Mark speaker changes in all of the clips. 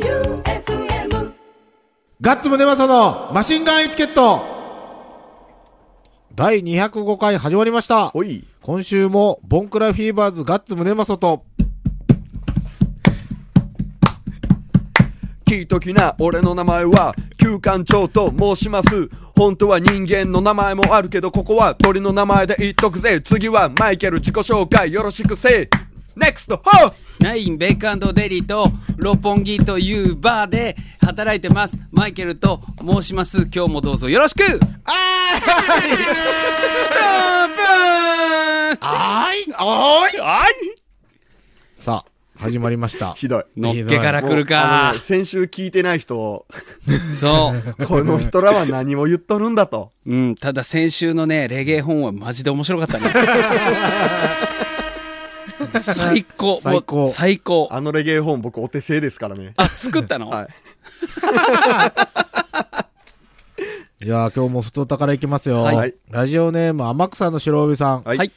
Speaker 1: J-O-E-U-F-M
Speaker 2: ガッツムネマソのマシンガンエチケット第205回始まりました
Speaker 3: おい。
Speaker 2: 今週もボンクラフィーバーズガッツムネマソと
Speaker 3: 聞いときな、俺の名前は、旧館長と申します。本当は人間の名前もあるけど、ここは鳥の名前で言っとくぜ。次はマイケル自己紹介よろしくせい。NEXT! ほう
Speaker 4: ナインベイクデリと六本木というバーで働いてます。マイケルと申します。今日もどうぞよろしくあ
Speaker 2: あーいあーいあいさあ、始まりました。
Speaker 3: ひどい。
Speaker 4: のっけから来る
Speaker 3: もうあの
Speaker 4: か
Speaker 3: ね。先週聞いてない人、
Speaker 4: そう。
Speaker 3: この人らは何を言っとるんだと。
Speaker 4: うん、ただ先週のね、レゲエ本はマジで面白かったね。最高。
Speaker 2: 最高
Speaker 4: もう最高。
Speaker 3: あのレゲエ本僕お手製ですからね。
Speaker 4: あ、作ったの、
Speaker 3: はい。
Speaker 2: いやー、今日も普通たからいきますよ。
Speaker 3: はい
Speaker 2: ラジオネーム、天草の白帯さん。
Speaker 3: はい
Speaker 4: はい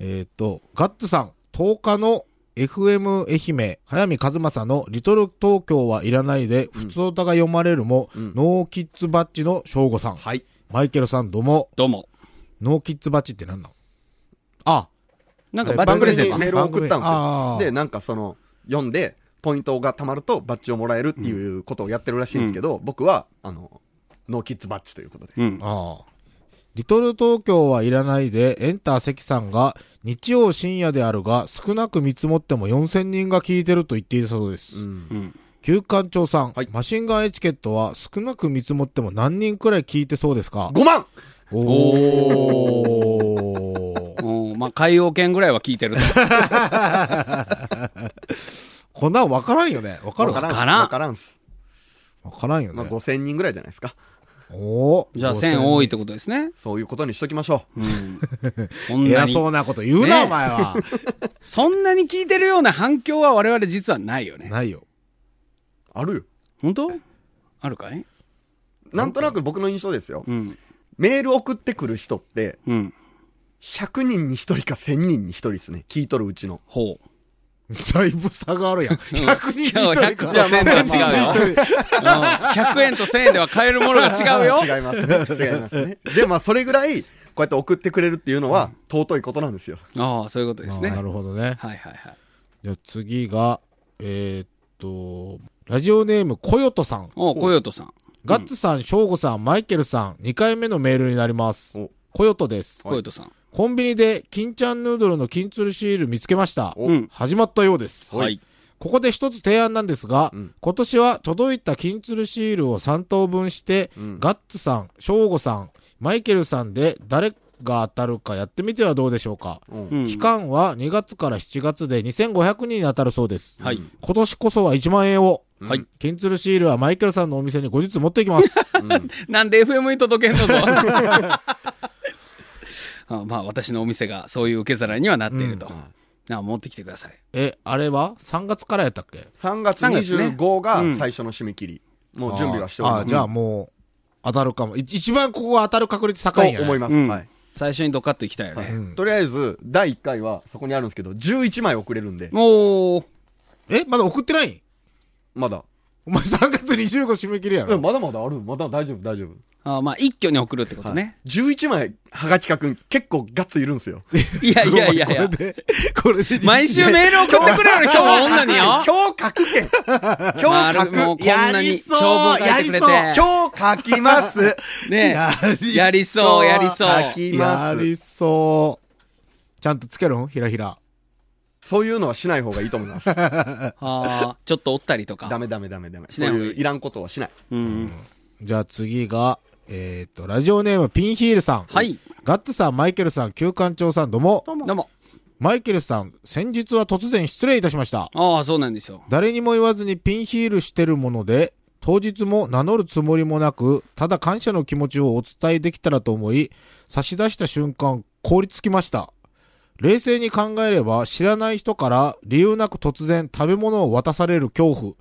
Speaker 2: えーっと、ガッツさん、10日の FM 愛媛、早見和正のリトル東京はいらないで、普通歌が読まれるも、ノーキッズバッジの翔吾さん。
Speaker 3: はい。
Speaker 2: マイケルさん、どうも、
Speaker 4: どうも。
Speaker 2: ノーキッズバッジって何なのあ、
Speaker 4: なん
Speaker 2: え
Speaker 4: か
Speaker 2: バ
Speaker 4: バ
Speaker 2: ッ
Speaker 4: ッ
Speaker 2: ジ
Speaker 4: チ
Speaker 3: 番組
Speaker 4: プレゼン
Speaker 3: に
Speaker 4: ト。
Speaker 3: メールを送ったんです
Speaker 2: あー
Speaker 3: よ。で、なんかその、読んで、ポイントが貯まるとバッジをもらえるっていうことをやってるらしいんですけど、僕は、あの、ノーキッズバッジということで。
Speaker 4: うん。
Speaker 2: ああ。リトル東京はいらないで、エンター関さんが、日曜深夜であるが、少なく見積もっても4000人が聞いてると言っているそうです。
Speaker 3: うん
Speaker 4: うん。
Speaker 2: 旧館長さん、
Speaker 3: はい
Speaker 2: マシンガンエチケットは少なく見積もっても何人くらい聞いてそうですか
Speaker 3: 5万
Speaker 2: おー
Speaker 4: おーまあ、海洋圏ぐらいは聞いてると。
Speaker 2: こんなん分からんよね。分かる
Speaker 3: わ
Speaker 2: 分
Speaker 4: わ
Speaker 3: か
Speaker 4: からら
Speaker 3: ん。
Speaker 4: ん
Speaker 3: わからんっす。
Speaker 2: からんよ
Speaker 3: まあ、
Speaker 2: ね。
Speaker 3: 5000人ぐらいじゃないですか。
Speaker 2: おー
Speaker 4: じゃあ、1000多いってことですね。
Speaker 3: そういうことにしときましょう。
Speaker 4: うん。こんな
Speaker 2: 偉
Speaker 4: に。
Speaker 2: そうなこと言うな、
Speaker 4: ね
Speaker 2: お前は。
Speaker 4: そんなに聞いてるような反響は我々実はないよね。
Speaker 2: ないよ。
Speaker 3: あるよ。
Speaker 4: 本当あるかい
Speaker 3: なんとなく僕の印象ですよ。
Speaker 4: うん。
Speaker 3: メール送ってくる人って、
Speaker 4: うん。
Speaker 3: 100人に1人か1000人に1人ですね。聞いとるうちの。
Speaker 4: ほう。
Speaker 2: だいぶ差があるやん。100人に1人か。
Speaker 4: いや100と1000とは違
Speaker 2: 100人に
Speaker 4: うよ
Speaker 2: 1人
Speaker 4: うん100円と1000円では買えるものが違 うよ。
Speaker 3: 違いますね。違いますね。で、まあ、それぐらい、こうやって送ってくれるっていうのは、尊いことなんですよ。
Speaker 4: ああ、そういうことですね。
Speaker 2: あーな
Speaker 4: は
Speaker 2: いるほどね。
Speaker 4: はいはい。
Speaker 2: じゃあ次が、えーっと、ラジオネーム、コヨトさん。
Speaker 4: おう、コヨトさん。
Speaker 2: ガッツさん、ショウゴさん、マイケルさん、2回目のメールになります
Speaker 3: お。
Speaker 2: コヨトです。
Speaker 4: コヨトさん。
Speaker 2: コンビニで、金ちゃんヌードルの金つるシール見つけました。
Speaker 3: お
Speaker 4: うん。
Speaker 2: 始まったようです。
Speaker 4: はい。
Speaker 2: ここで一つ提案なんですが、
Speaker 3: うん
Speaker 2: 今年は届いた金鶴シールを3等分して、
Speaker 3: うん
Speaker 2: ガッツさん、ショーゴさん、マイケルさんで誰が当たるかやってみてはどうでしょうか。
Speaker 3: うん
Speaker 4: うん
Speaker 2: 期間は2月から7月で2500人に当たるそうです。
Speaker 4: はい。
Speaker 2: 今年こそは1万円を。
Speaker 4: はい。
Speaker 2: 金鶴シールはマイケルさんのお店に後日持っていきます。
Speaker 4: なんで FM に届けん のぞ。 あまあ、私のお店がそういう受け皿にはなっていると。なあ持ってきてください。
Speaker 2: え、あれは ?3 月からやったっけ
Speaker 3: 3月
Speaker 4: 3月ね
Speaker 3: 25
Speaker 4: う
Speaker 3: が
Speaker 4: ん
Speaker 3: 最初の締め切り。もう準備はしており
Speaker 2: あ
Speaker 3: ま
Speaker 2: ー
Speaker 3: す。
Speaker 2: じゃあもう、当たるかも。い一番ここが当たる確率高いんや、
Speaker 3: と思い
Speaker 2: ね。
Speaker 3: ま
Speaker 4: う
Speaker 3: す。
Speaker 4: ん
Speaker 3: はい。
Speaker 4: 最初にドカッといきたいよね。
Speaker 3: とりあえず、第1回はそこにあるんですけど、11枚送れるんで、
Speaker 4: おー。
Speaker 2: え、まだ送ってない
Speaker 3: まだ。
Speaker 2: お前3月25締め切りやろ。
Speaker 3: うんまだまだある。まだ大丈夫、大丈夫。
Speaker 4: あまあ、一挙に送るってことね。
Speaker 3: 11枚、はがきかくん、結構ガッツいるんですよ。
Speaker 4: いやいや いやいや。
Speaker 2: これで
Speaker 4: 毎週メール送ってくれよ、今日は女によ。
Speaker 3: 今日書く けん今
Speaker 4: ま
Speaker 3: 日書
Speaker 4: る
Speaker 3: く
Speaker 4: もうこんな
Speaker 2: や
Speaker 4: に
Speaker 2: りそう
Speaker 4: 長文書いてくれて。
Speaker 3: 今日書きます
Speaker 4: ねえ やりそう、やりそう。
Speaker 3: 書きま
Speaker 2: や
Speaker 3: す
Speaker 2: りそう。ちゃんとつけるんひらひら。
Speaker 3: そういうのはしない方がいいと思います
Speaker 4: あーちょっと折ったりとか。
Speaker 3: ダメダメダメダメ
Speaker 4: し
Speaker 3: そう
Speaker 4: ない方がいい
Speaker 3: いういらんことはしない
Speaker 4: うん。
Speaker 2: じゃあ次が、えっ、と、ラジオネームピンヒールさん。
Speaker 4: はい。
Speaker 2: ガッツさん、マイケルさん、旧館長さん、どうも。
Speaker 4: どうも。
Speaker 2: マイケルさん、先日は突然失礼いたしました。
Speaker 4: ああ、そうなんですよ。
Speaker 2: 誰にも言わずにピンヒールしてるもので、当日も名乗るつもりもなく、ただ感謝の気持ちをお伝えできたらと思い、差し出した瞬間、凍りつきました。冷静に考えれば、知らない人から理由なく突然食べ物を渡される恐怖。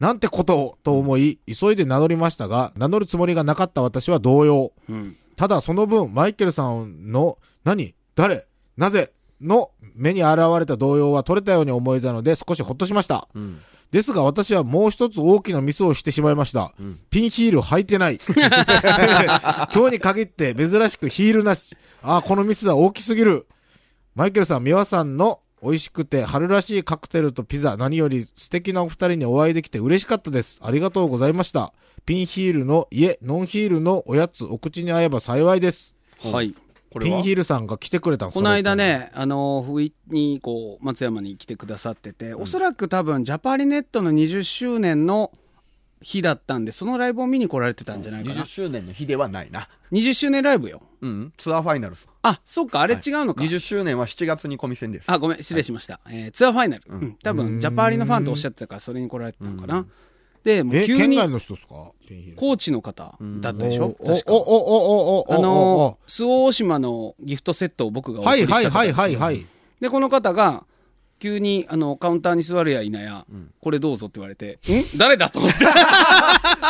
Speaker 2: なんてことをと思い、急いで名乗りましたが、名乗るつもりがなかった私は動揺。
Speaker 4: うん。
Speaker 2: ただその分、マイケルさんの、何誰なぜの目に現れた動揺は取れたように思えたので少しほっとしました。ですが私はもう一つ大きなミスをしてしまいました。ピンヒール履いてない。 今日に限って珍しくヒールなし。ああ、このミスは大きすぎる。マイケルさん、美和さんの美味しくて春らしいカクテルとピザ、何より素敵なお二人にお会いできて嬉しかったです。ありがとうございました。ピンヒールの家、ノンヒールのおやつ、お口に合えば幸いです。
Speaker 4: はい。
Speaker 3: これ
Speaker 2: ピ
Speaker 3: は
Speaker 2: ンヒールさんが来てくれたんですか
Speaker 4: この間。ね、あの、不意に、こう、松山に来てくださってて、おそらく多分、ジャパリネットの20周年の日だったんで、そのライブを見に来られてたんじゃないか
Speaker 3: 20
Speaker 4: な。
Speaker 3: 周年の日ではないな。
Speaker 4: 20周年ライブよ。
Speaker 3: うん、ツアーファイナルス。
Speaker 4: あ、そっか、あれ違うのか。
Speaker 3: 20周年は7月にコミセンです。
Speaker 4: あ、ごめん、失礼しました。えーツアーファイナル。うん。多分、ジャパーリのファンとおっしゃってたから、それに来られてたのかな。で、もう
Speaker 2: え、
Speaker 4: 急
Speaker 2: 県
Speaker 4: に、
Speaker 2: 外の人ですかピンヒール。
Speaker 4: コーチの方だったでしょ
Speaker 2: お
Speaker 4: 確
Speaker 2: おお
Speaker 4: か。
Speaker 2: おおおお
Speaker 4: あ
Speaker 2: お
Speaker 4: の
Speaker 2: お
Speaker 4: ー、周防大島のギフトセットを僕がお送
Speaker 2: は
Speaker 4: り
Speaker 2: い
Speaker 4: した
Speaker 2: はい
Speaker 4: 時
Speaker 2: はいは
Speaker 4: です
Speaker 2: い
Speaker 4: よ
Speaker 2: はい。
Speaker 4: で、この方が、急に、あの、カウンターに座るや否や、これどうぞって言われて、ん誰だと思って。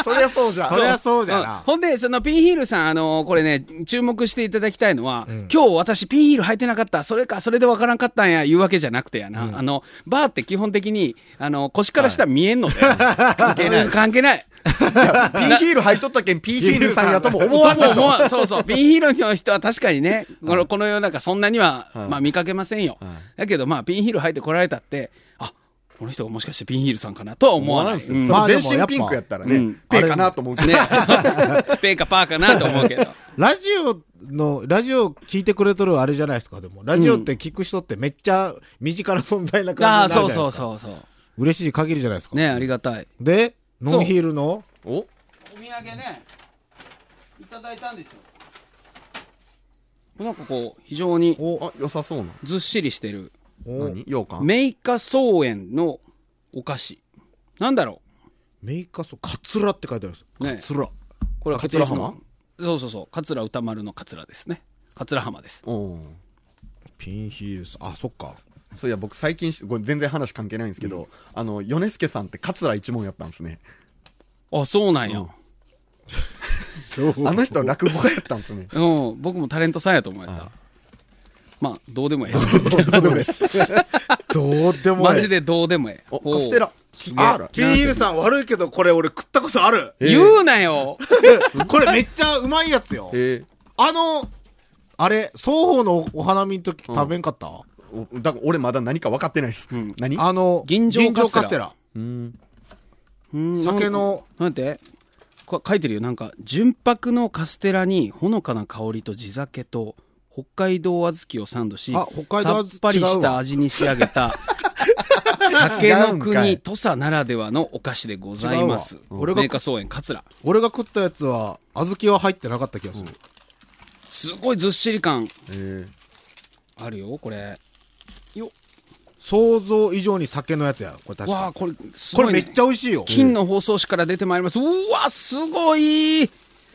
Speaker 3: そりゃそうじゃん。
Speaker 2: そりゃそうじゃ
Speaker 4: うん
Speaker 2: な。
Speaker 4: ほんで、そのピンヒールさん、あの、これね、注目していただきたいのは、今日私ピンヒール履いてなかった、それか、それでわからんかったんや、言うわけじゃなくてやな。あの、バーって基本的に、あの、腰から下見えんの で、関係ない。関係ない。
Speaker 3: ピンヒール入っとったけん、ピンヒールさんやとも思わんでし
Speaker 4: も
Speaker 3: ょ。
Speaker 4: うもうそうそう、ピンヒールの人は確かにね、このこの世の中そんなには、
Speaker 3: はい
Speaker 4: まあ見かけませんよ。
Speaker 3: は
Speaker 4: だけど、まあピンヒール履いてこられたって、あ、この人がもしかしてピンヒールさんかなとは思わない。
Speaker 3: そう
Speaker 2: まあで
Speaker 3: 全
Speaker 2: もやっぱ
Speaker 3: 身ピンクやったら
Speaker 4: う
Speaker 3: ね
Speaker 4: ん、
Speaker 3: ペーかなと思うけど。
Speaker 4: うんねペーかパーかなと思うけ ど。
Speaker 2: ラジオの、ラジオ聞いてくれとるあれじゃないですか、でも。ラジオって聞く人ってめっちゃ身近な存在な
Speaker 4: あ
Speaker 2: 感
Speaker 4: あ、
Speaker 2: じにな
Speaker 4: そ
Speaker 2: る
Speaker 4: う
Speaker 2: じゃないですか。
Speaker 4: そうそうそう。
Speaker 2: 嬉しい限りじゃないですか。
Speaker 4: ねありがたい。
Speaker 2: で、ノンヒールの、
Speaker 3: お
Speaker 4: お土産ね、いただいたんですよ。なんかこう、非常に
Speaker 2: お、
Speaker 3: あ、良さそうな。
Speaker 4: ずっしりしてる、
Speaker 2: お
Speaker 3: 何羊羹
Speaker 4: メイカ草園のお菓子。なんだろう
Speaker 2: メイカソ、カツラって書いてあるんですよ。
Speaker 4: ね
Speaker 2: カツラ。
Speaker 4: これは
Speaker 3: 桂浜
Speaker 4: 桂そうそうそう桂歌丸の桂ですね桂浜です
Speaker 3: おー
Speaker 2: ピンヒールさん、あ、そっか。
Speaker 3: そういや、僕最近し、これ全然話関係ないんですけど、あの、米助さんって桂一門やったんですね。
Speaker 4: あそうなんや、う。
Speaker 3: うんんあの人は落語家やったんですね
Speaker 4: 僕もタレントさんやと思えた、まあどうでもえ
Speaker 3: どうでもです。
Speaker 2: どうで
Speaker 4: え
Speaker 2: も
Speaker 4: マ
Speaker 2: い
Speaker 4: ジ
Speaker 2: い。
Speaker 4: でどうでもええ
Speaker 3: お
Speaker 4: ほう
Speaker 3: カステラ。
Speaker 2: あ
Speaker 3: あ、
Speaker 2: ピンヒールさん悪いけど、これ俺食ったことある。
Speaker 3: えー
Speaker 4: 言うなよ
Speaker 2: これめっちゃうまいやつよ。
Speaker 3: え
Speaker 2: あの、あれ、双方のお花見の時食べんかった、
Speaker 3: ーおだから俺まだ何か分かってないです。
Speaker 4: ん
Speaker 3: 何
Speaker 2: あの、
Speaker 4: 銀醸カステラ
Speaker 2: ラ。
Speaker 3: うん。
Speaker 4: うん
Speaker 2: 酒の
Speaker 4: なんてこ書いてるよなんか純白のカステラにほのかな香りと地酒と北海道小豆をサンドし
Speaker 2: あ北海道小豆
Speaker 4: さっぱりした味に仕上 げた酒の
Speaker 3: 違うんか
Speaker 4: 国
Speaker 3: い
Speaker 4: 土佐ならではのお菓子でございます
Speaker 2: 違うわ俺が
Speaker 4: メーカー草園桂
Speaker 2: 俺が食ったやつは、小豆は入ってなかった気がする。
Speaker 4: すごいずっしり感
Speaker 3: えー
Speaker 4: あるよこれよ
Speaker 2: 想像以上に酒のやつや。これ確
Speaker 4: わ
Speaker 2: か
Speaker 4: あ。これす
Speaker 2: こ
Speaker 4: ご
Speaker 2: れめ
Speaker 4: い、ね、
Speaker 2: っちゃ美味しいよ。
Speaker 4: 金の包装紙から出てまいりますうわすごい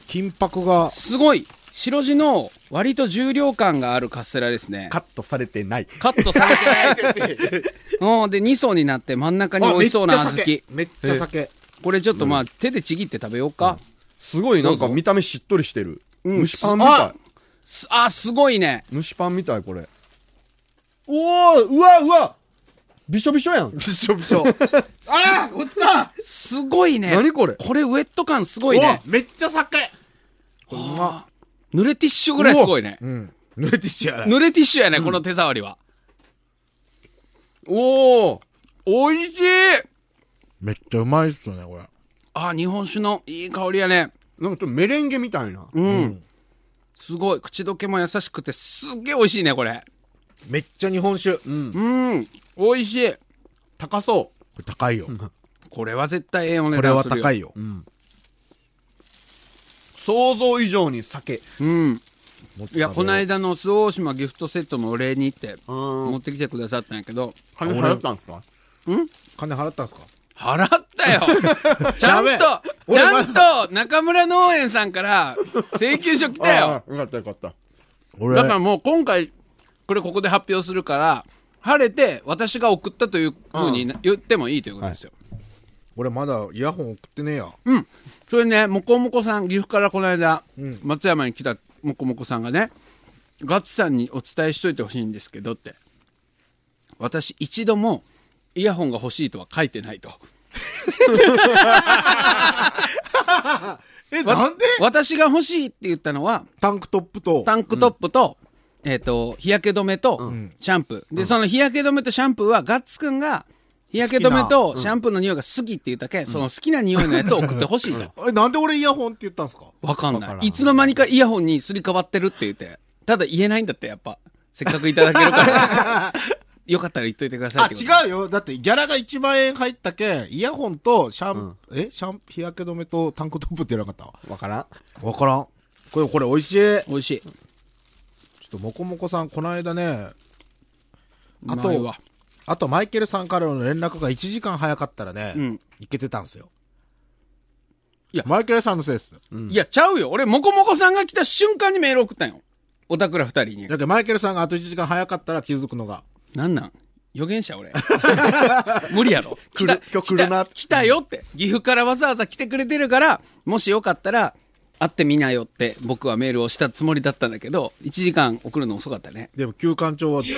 Speaker 2: 金箔が、
Speaker 4: すごい白地の割と重量感があるカステラですね
Speaker 3: カットされてない。
Speaker 4: カットされてないうんで2層になって真ん中に美味しそうな
Speaker 2: あ
Speaker 4: 小豆
Speaker 2: めっちゃ酒。めっちゃ酒
Speaker 4: これちょっとまあ、手でちぎって食べようか、
Speaker 3: すごいなん
Speaker 4: どう
Speaker 3: か
Speaker 4: ぞ
Speaker 3: 見た目しっとりしてる。
Speaker 4: うん
Speaker 3: 蒸しパンみた
Speaker 4: あすあすごいね
Speaker 3: い。蒸しパンみたい、これ。おおうわうわびしょびしょやん。
Speaker 2: びしょびし ょ。あら落ちた
Speaker 4: すごいね
Speaker 3: 何これ
Speaker 4: これウェット感すごいね
Speaker 2: おめっちゃ酒ほんま。
Speaker 4: 濡れティッシュぐらいすごいね
Speaker 2: うん。濡れてっちゃう。
Speaker 4: 濡れティッシュやね、この手触りは
Speaker 3: おお
Speaker 4: おいしい
Speaker 2: めっちゃうまいっすよね、これ。
Speaker 4: あ、日本酒のいい香りやね。
Speaker 3: なんかちょっとメレンゲみたいな。
Speaker 4: うん。すごい。口どけも優しくて、すっげえ美味しいね、これ。
Speaker 2: めっちゃ日本酒。うん。
Speaker 4: うん。美味しい。
Speaker 3: 高そ
Speaker 2: これ高いよ。
Speaker 4: これは絶対ええお値
Speaker 2: これ
Speaker 4: 段
Speaker 2: は
Speaker 4: するよ。
Speaker 2: 高いよ。
Speaker 3: う。想像以上に酒。
Speaker 4: うん。
Speaker 2: もっと食
Speaker 4: い
Speaker 2: べよ
Speaker 4: や、
Speaker 2: う
Speaker 4: この間の周防大島ギフトセットのお礼に行って、
Speaker 3: うん
Speaker 4: 持ってきてくださったんやけど、
Speaker 3: 金払ったんですか
Speaker 2: 金払ったんすか
Speaker 4: 払ったよちゃんと
Speaker 2: やべえ
Speaker 4: ちゃんと中村農園さんから請求書来たよ
Speaker 3: ああよかったよかった。
Speaker 2: 俺
Speaker 4: だからもう今回、これここで発表するから、晴れて私が送ったというふうにな言ってもいいということですよ。
Speaker 2: 俺まだイヤホン送ってねえや。
Speaker 4: うん。それね、もこもこさん、岐阜からこの間、松山に来たもこもこさんがね、ガッツさんにお伝えしといてほしいんですけどって。私一度もイヤホンが欲しいとは書いてないと。
Speaker 2: え、なんで
Speaker 4: 私が欲しいって言ったのは、
Speaker 2: タンクトップと。
Speaker 4: タンクトップと、えっ、と、日焼け止めと、シャンプー。で、その日焼け止めとシャンプーは、ガッツくんが、日焼け止めとシャンプーの匂いが好きって言ったけ、ん、その好きな匂いのやつを送ってほしいと。
Speaker 2: え、なんで俺イヤホンって言ったんですか
Speaker 4: わかんない。いつの間にかイヤホンにすり替わってるって言って。ただ言えないんだって、やっぱ。せっかくいただけるから。よかったら言っといてください
Speaker 2: あ
Speaker 4: ってこと。
Speaker 2: 違うよ。だって、ギャラが1万円入ったけん、イヤホンとシャン、えシャン、日焼け止めとタンクトップって言わなかっ
Speaker 3: わからん。
Speaker 2: たわからん。これ、これ美味しい。ちょ
Speaker 4: 美味しい。
Speaker 2: っと、もこもこさん、この間ね、あ
Speaker 4: うまい
Speaker 2: と
Speaker 4: わ、
Speaker 2: あと、マイケルさんからの連絡が1時間早かったらね、
Speaker 4: うん
Speaker 2: いけてたんすよ。
Speaker 4: いや
Speaker 2: マイケルさんのせいです。
Speaker 4: いや、ちゃうよ。俺、もこもこさんが来た瞬間にメール送ったんよ。おたくら二人に。
Speaker 2: だけど、マイケルさんがあと1時間早かったら気づくのが。
Speaker 4: なんなん予言者俺。無理やろ。来た、
Speaker 3: 今日来るな
Speaker 4: 来た来たよって。岐阜からわざわざ来てくれてるから、もしよかったら、会ってみなよって僕はメールをしたつもりだったんだけど、1時間送るの遅かったね。
Speaker 2: でも、休館長は、暇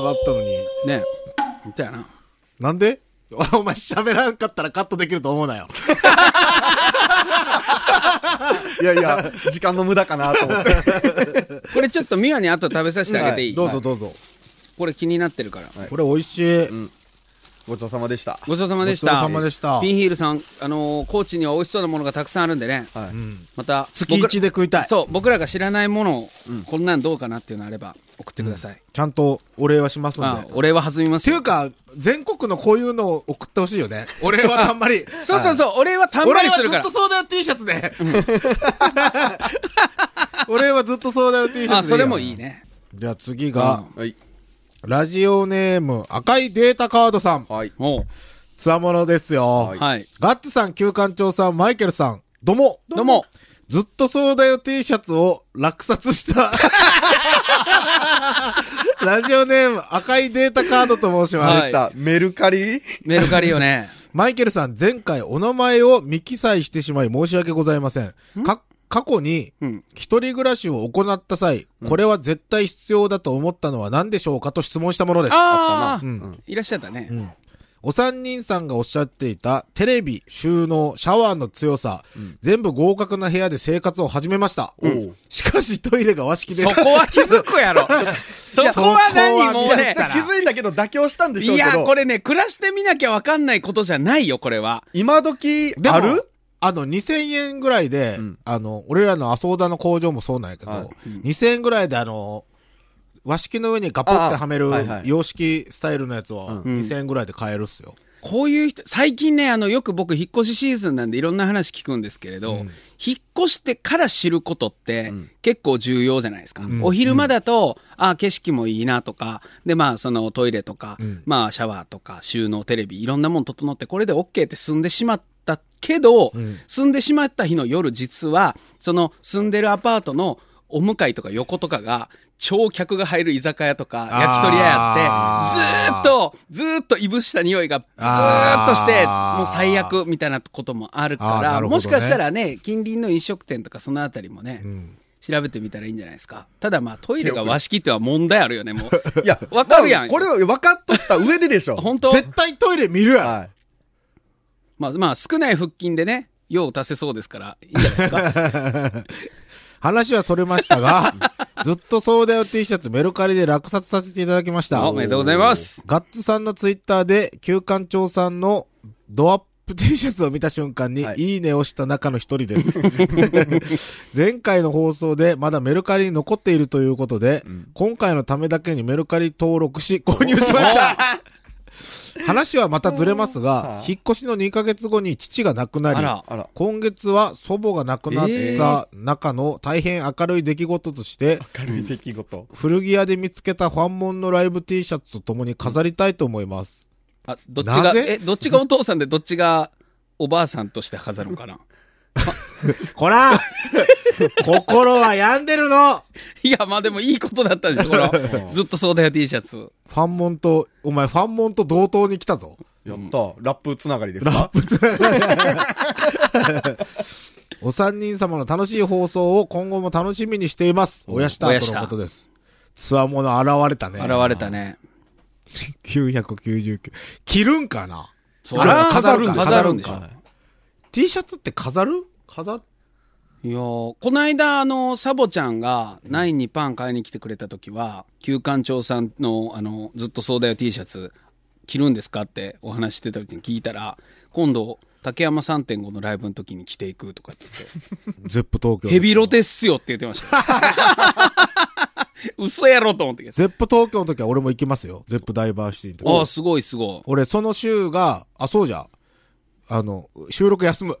Speaker 2: があったのに。
Speaker 4: ねえ。みたいな。
Speaker 2: なんで お前喋らんかったらカットできると思うなよ。
Speaker 3: いやいや、 時間の無駄かなと思って。
Speaker 4: これちょっとミワに後で食べさせてあげていい、
Speaker 2: どうぞどうぞ。
Speaker 4: これ気になってるから。
Speaker 2: これ美味しい。
Speaker 3: ごちそうさまでした。
Speaker 4: ごちそうさまでした。
Speaker 2: ごちそうさまでした
Speaker 4: ピンヒールさん、あのー高知には美味しそうなものがたくさんあるんでね。
Speaker 3: はい。
Speaker 4: また、
Speaker 2: 月一で食いたい。
Speaker 4: そう、僕らが知らないものを、こんなんどうかなっていうのあれば送ってください。
Speaker 2: ちゃんとお礼はします
Speaker 4: まあ
Speaker 2: の、で。っ
Speaker 4: お礼は弾みます
Speaker 2: てい
Speaker 4: よ
Speaker 2: う。か、全国のこういうのを送ってほしいよね。お礼はたんまり。
Speaker 4: そうそうそう、お礼はたん
Speaker 2: 俺
Speaker 4: まり
Speaker 2: は
Speaker 4: す
Speaker 2: ず
Speaker 4: るか
Speaker 2: っ
Speaker 4: ら
Speaker 2: と。そうだよ T シャツで。 俺はずっとそうだよ T シャツで。
Speaker 4: あ、それもいい。ね。
Speaker 2: じゃあ次が、
Speaker 3: はい。
Speaker 2: ラジオネーム赤いデータカードさん。
Speaker 3: はい。
Speaker 4: も
Speaker 2: つわものですよ
Speaker 3: は
Speaker 4: う、
Speaker 3: い。
Speaker 4: はい。
Speaker 2: ガッツさん、旧館長さん、マイケルさん、どうも。
Speaker 4: どうも。
Speaker 2: ずっとそうだよ T シャツを落札 した。ラジオネーム赤いデータカードと申します。
Speaker 4: はい
Speaker 3: たメルカリ
Speaker 4: メルカリ よね。
Speaker 2: マイケルさん、前回お名前を未記載してしまい申し訳ございません。か過去に
Speaker 4: うん、
Speaker 2: 一人暮らしを行った際、これは絶対必要だと思ったのは何でしょうかと質問したものです。
Speaker 4: ああ、
Speaker 2: うん
Speaker 4: いらっしゃったね。
Speaker 2: お三人さんがおっしゃっていたテレビ、収納、シャワーの強さ、全部合格な部屋で生活を始めました。
Speaker 3: うん
Speaker 2: しかしトイレが和式で
Speaker 4: そ、こは気づ くやろ。そこは何もうね。
Speaker 3: 気づいたけど妥協したんでしょ
Speaker 4: いう
Speaker 3: けど。
Speaker 4: や、これね、暮らしてみなきゃわかんないことじゃないよ、これは。
Speaker 3: 今時
Speaker 2: でも
Speaker 3: ある
Speaker 2: あの、2000円ぐらいで、
Speaker 3: ん
Speaker 2: あの、俺らのアソーダの工場もそうなんやけど、
Speaker 3: はい
Speaker 2: 2000円ぐらいであの、和式の上にガポってはめる
Speaker 3: ああはいはい
Speaker 2: 洋式スタイルのやつは、
Speaker 4: ん
Speaker 2: 2000円ぐらいで買えるっすよ。
Speaker 4: こういう人、最近ね、あの、よく僕、引っ越しシーズンなんでいろんな話聞くんですけれど、引っ越してから知ることって結構重要じゃないですか。お昼間だと、ああ、景色もいいなとか、で、まあ、そのトイレとか、まあ、シャワーとか、収納、テレビ、いろんなもん整って、これで OK って済んでしまったけど、住んでしまった日の夜、実は、その住んでるアパートのお向かいとか横とかが、超客が入る居酒屋とか、焼き鳥屋やって、ず
Speaker 2: あー
Speaker 4: ーっとずーっと、ずーっといぶした匂いがずーっとして、
Speaker 2: あー
Speaker 4: もう最悪みたいなこともある
Speaker 2: あー
Speaker 4: か
Speaker 2: なる
Speaker 4: ら、
Speaker 2: ほどね
Speaker 4: もしかしたらね、近隣の飲食店とかそのあたりもね、調べてみたらいいんじゃないですか。ただまあトイレが和式っては問題あるよね、もう。
Speaker 3: いや、
Speaker 4: わかるやん
Speaker 3: まあこれは分かっとった上で でしょ。
Speaker 4: 本当
Speaker 2: 絶対トイレ見るやん。
Speaker 3: は
Speaker 4: まあまあ少ない腹筋でね、用を足せそうですから、いいんじゃないです か。
Speaker 2: 話はそれました が、ずっとそうだよ T シャツメルカリで落札させていただきました。
Speaker 4: おめでとうございます。
Speaker 2: ガッツさんのツイッターで、旧館長さんのドアップ T シャツを見た瞬間に
Speaker 3: は、い
Speaker 2: いいねをした中の一人です。 前回の放送で、まだメルカリに残っているということで、今回のためだけにメルカリ登録し、購入しま した。話はまたずれますが
Speaker 3: は、い
Speaker 2: 引っ越しの2ヶ月後に父が亡くなり
Speaker 4: あ、ら
Speaker 3: あら。
Speaker 2: 今月は祖母が亡くなった中の大変明るい出来事として、
Speaker 3: 軽い出来事。
Speaker 2: 古着屋で見つけたファンモンのライブ T シャツと共に飾りたいと思います。
Speaker 4: あ、どっち
Speaker 2: な
Speaker 4: が、
Speaker 2: ぜ
Speaker 4: え、どっちがお父さんでどっちがおばあさんとして飾るのかな。
Speaker 2: こら 心は病んでるの
Speaker 4: いや、まあでもいいことだったんでしょ、こ の。ずっとそうだよ T シャツ。
Speaker 2: ファンモンと、お前ファンモンと同等に来たぞ。
Speaker 3: やった。ラップつながりですか
Speaker 2: お三人様の楽しい放送を今後も楽しみにしています。おやした
Speaker 4: お
Speaker 2: と
Speaker 4: やした
Speaker 2: のことです。つわもの現れたね。
Speaker 4: 現れたね。
Speaker 2: 999。切るんかなあれは飾るんだ
Speaker 4: か飾るんでしょ。
Speaker 2: T シャツって飾る飾っ
Speaker 4: いやーこの間、あの、サボちゃんが、ナインにパン買いに来てくれた時は、旧館長さんの、あの、ずっとそうだよ T シャツ、着るんですかってお話してた時に聞いたら、今度、竹山3.5のライブの時に着ていくとかって言って、
Speaker 2: ゼップ東京。
Speaker 4: ヘビロテっすよって言ってました。 嘘やろと思ってけど。
Speaker 2: ゼップ東京の時は俺も行きますよ。ゼップダイバーシティ
Speaker 4: あ
Speaker 2: の
Speaker 4: あ、
Speaker 2: 時。
Speaker 4: すごいすごい。
Speaker 2: 俺、その週が、あ、そうじゃ。あの、収録休む。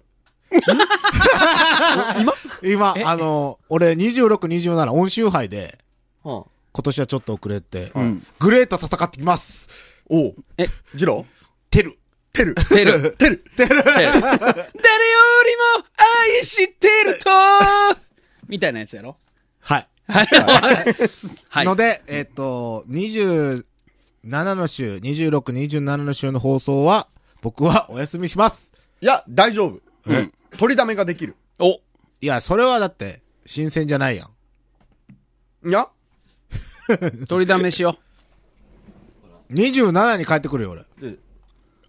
Speaker 2: 今今、あの、俺26、27、音週杯で、
Speaker 3: はあ
Speaker 2: 今年はちょっと遅れて、
Speaker 4: ん
Speaker 2: グレート戦ってきます
Speaker 3: おう。
Speaker 4: え、
Speaker 3: ジロ
Speaker 2: てる
Speaker 3: テル。
Speaker 4: テル。
Speaker 3: テル。テル。
Speaker 4: 誰よりも愛してるとみたいなやつやろ
Speaker 2: はい。
Speaker 4: はい。はい。
Speaker 2: ので、えっ、と、27の週、26、27の週の放送は、僕はお休みします。
Speaker 3: いや、大丈夫。うん。取りだめができる。
Speaker 4: お、
Speaker 2: いや、それはだって、新鮮じゃないやん。
Speaker 3: いや
Speaker 4: 取りだめしよ
Speaker 2: 27に帰ってくるよ、俺。
Speaker 3: で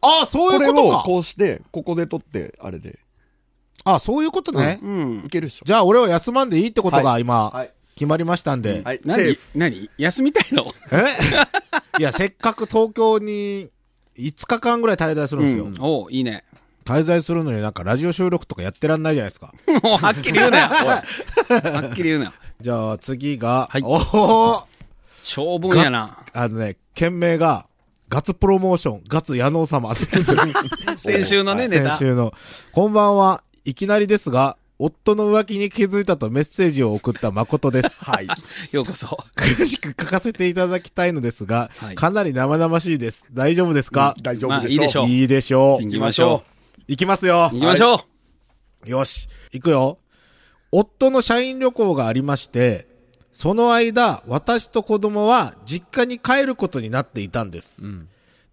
Speaker 2: ああ、そう
Speaker 3: こ
Speaker 2: い
Speaker 3: れ
Speaker 2: うこと
Speaker 3: を
Speaker 2: か。
Speaker 3: こうして、ここで取って、あれで。
Speaker 2: ああ、そういうことね。
Speaker 4: う。うん
Speaker 3: い。けるっしょ。
Speaker 2: じゃあ、俺は休まんでいいってことが
Speaker 3: はい
Speaker 2: 今、
Speaker 3: はい
Speaker 2: 決まりましたんで。
Speaker 3: はい、セー
Speaker 4: 何
Speaker 3: フ。
Speaker 4: 何休みたいの
Speaker 2: え いや、せっかく東京に5日間ぐらい滞在するんですよ。
Speaker 4: うんおういいね。
Speaker 2: 滞在するのになんかラジオ収録とかやってらんないじゃないです か。
Speaker 4: もうはっきり言うなよ。はっきり言うなよ。
Speaker 2: じゃあ次が、
Speaker 4: はい
Speaker 2: おお
Speaker 4: 長文やな。
Speaker 2: あのね、件名が、ガツプロモーション、ガツ矢野様って言って る
Speaker 4: 先週のね、ネタ
Speaker 2: 先。週の。こんばんは、いきなりですが、夫の浮気に気づいたとメッセージを送った誠です。
Speaker 3: はい。
Speaker 4: ようこそ。
Speaker 2: 詳しく書かせていただきたいのですが、
Speaker 4: はい
Speaker 2: かなり生々しいです。大丈夫ですか、
Speaker 3: 大丈夫
Speaker 4: まあ
Speaker 3: でしょ。
Speaker 4: いいでしょう
Speaker 2: いいでしょう。
Speaker 4: 行きましょ
Speaker 2: いきますよ
Speaker 4: う。。行きましょう。
Speaker 2: よし、行くよ。夫の社員旅行がありまして、その間、私と子供は実家に帰ることになっていたんです。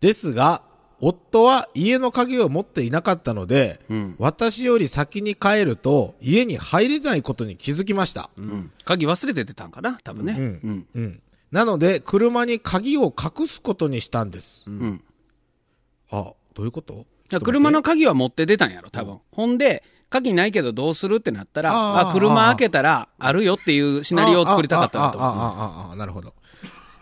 Speaker 2: ですが、夫は家の鍵を持っていなかったので、
Speaker 4: うん
Speaker 2: 私より先に帰ると家に入れないことに気づきました。
Speaker 4: うん鍵忘れててたんかな多分ね。
Speaker 2: う
Speaker 4: うんん。
Speaker 2: うんなので、車に鍵を隠すことにしたんです。
Speaker 4: うん。
Speaker 2: あ、どういうこと
Speaker 4: いや車の鍵は持って出たんやろ、多分。ほんで、鍵ないけどどうするってなったら、
Speaker 2: あー
Speaker 4: あ、車開けたらあるよっていうシナリオを作りたかったなと
Speaker 2: ああ
Speaker 4: 思う。
Speaker 2: ああああなるほど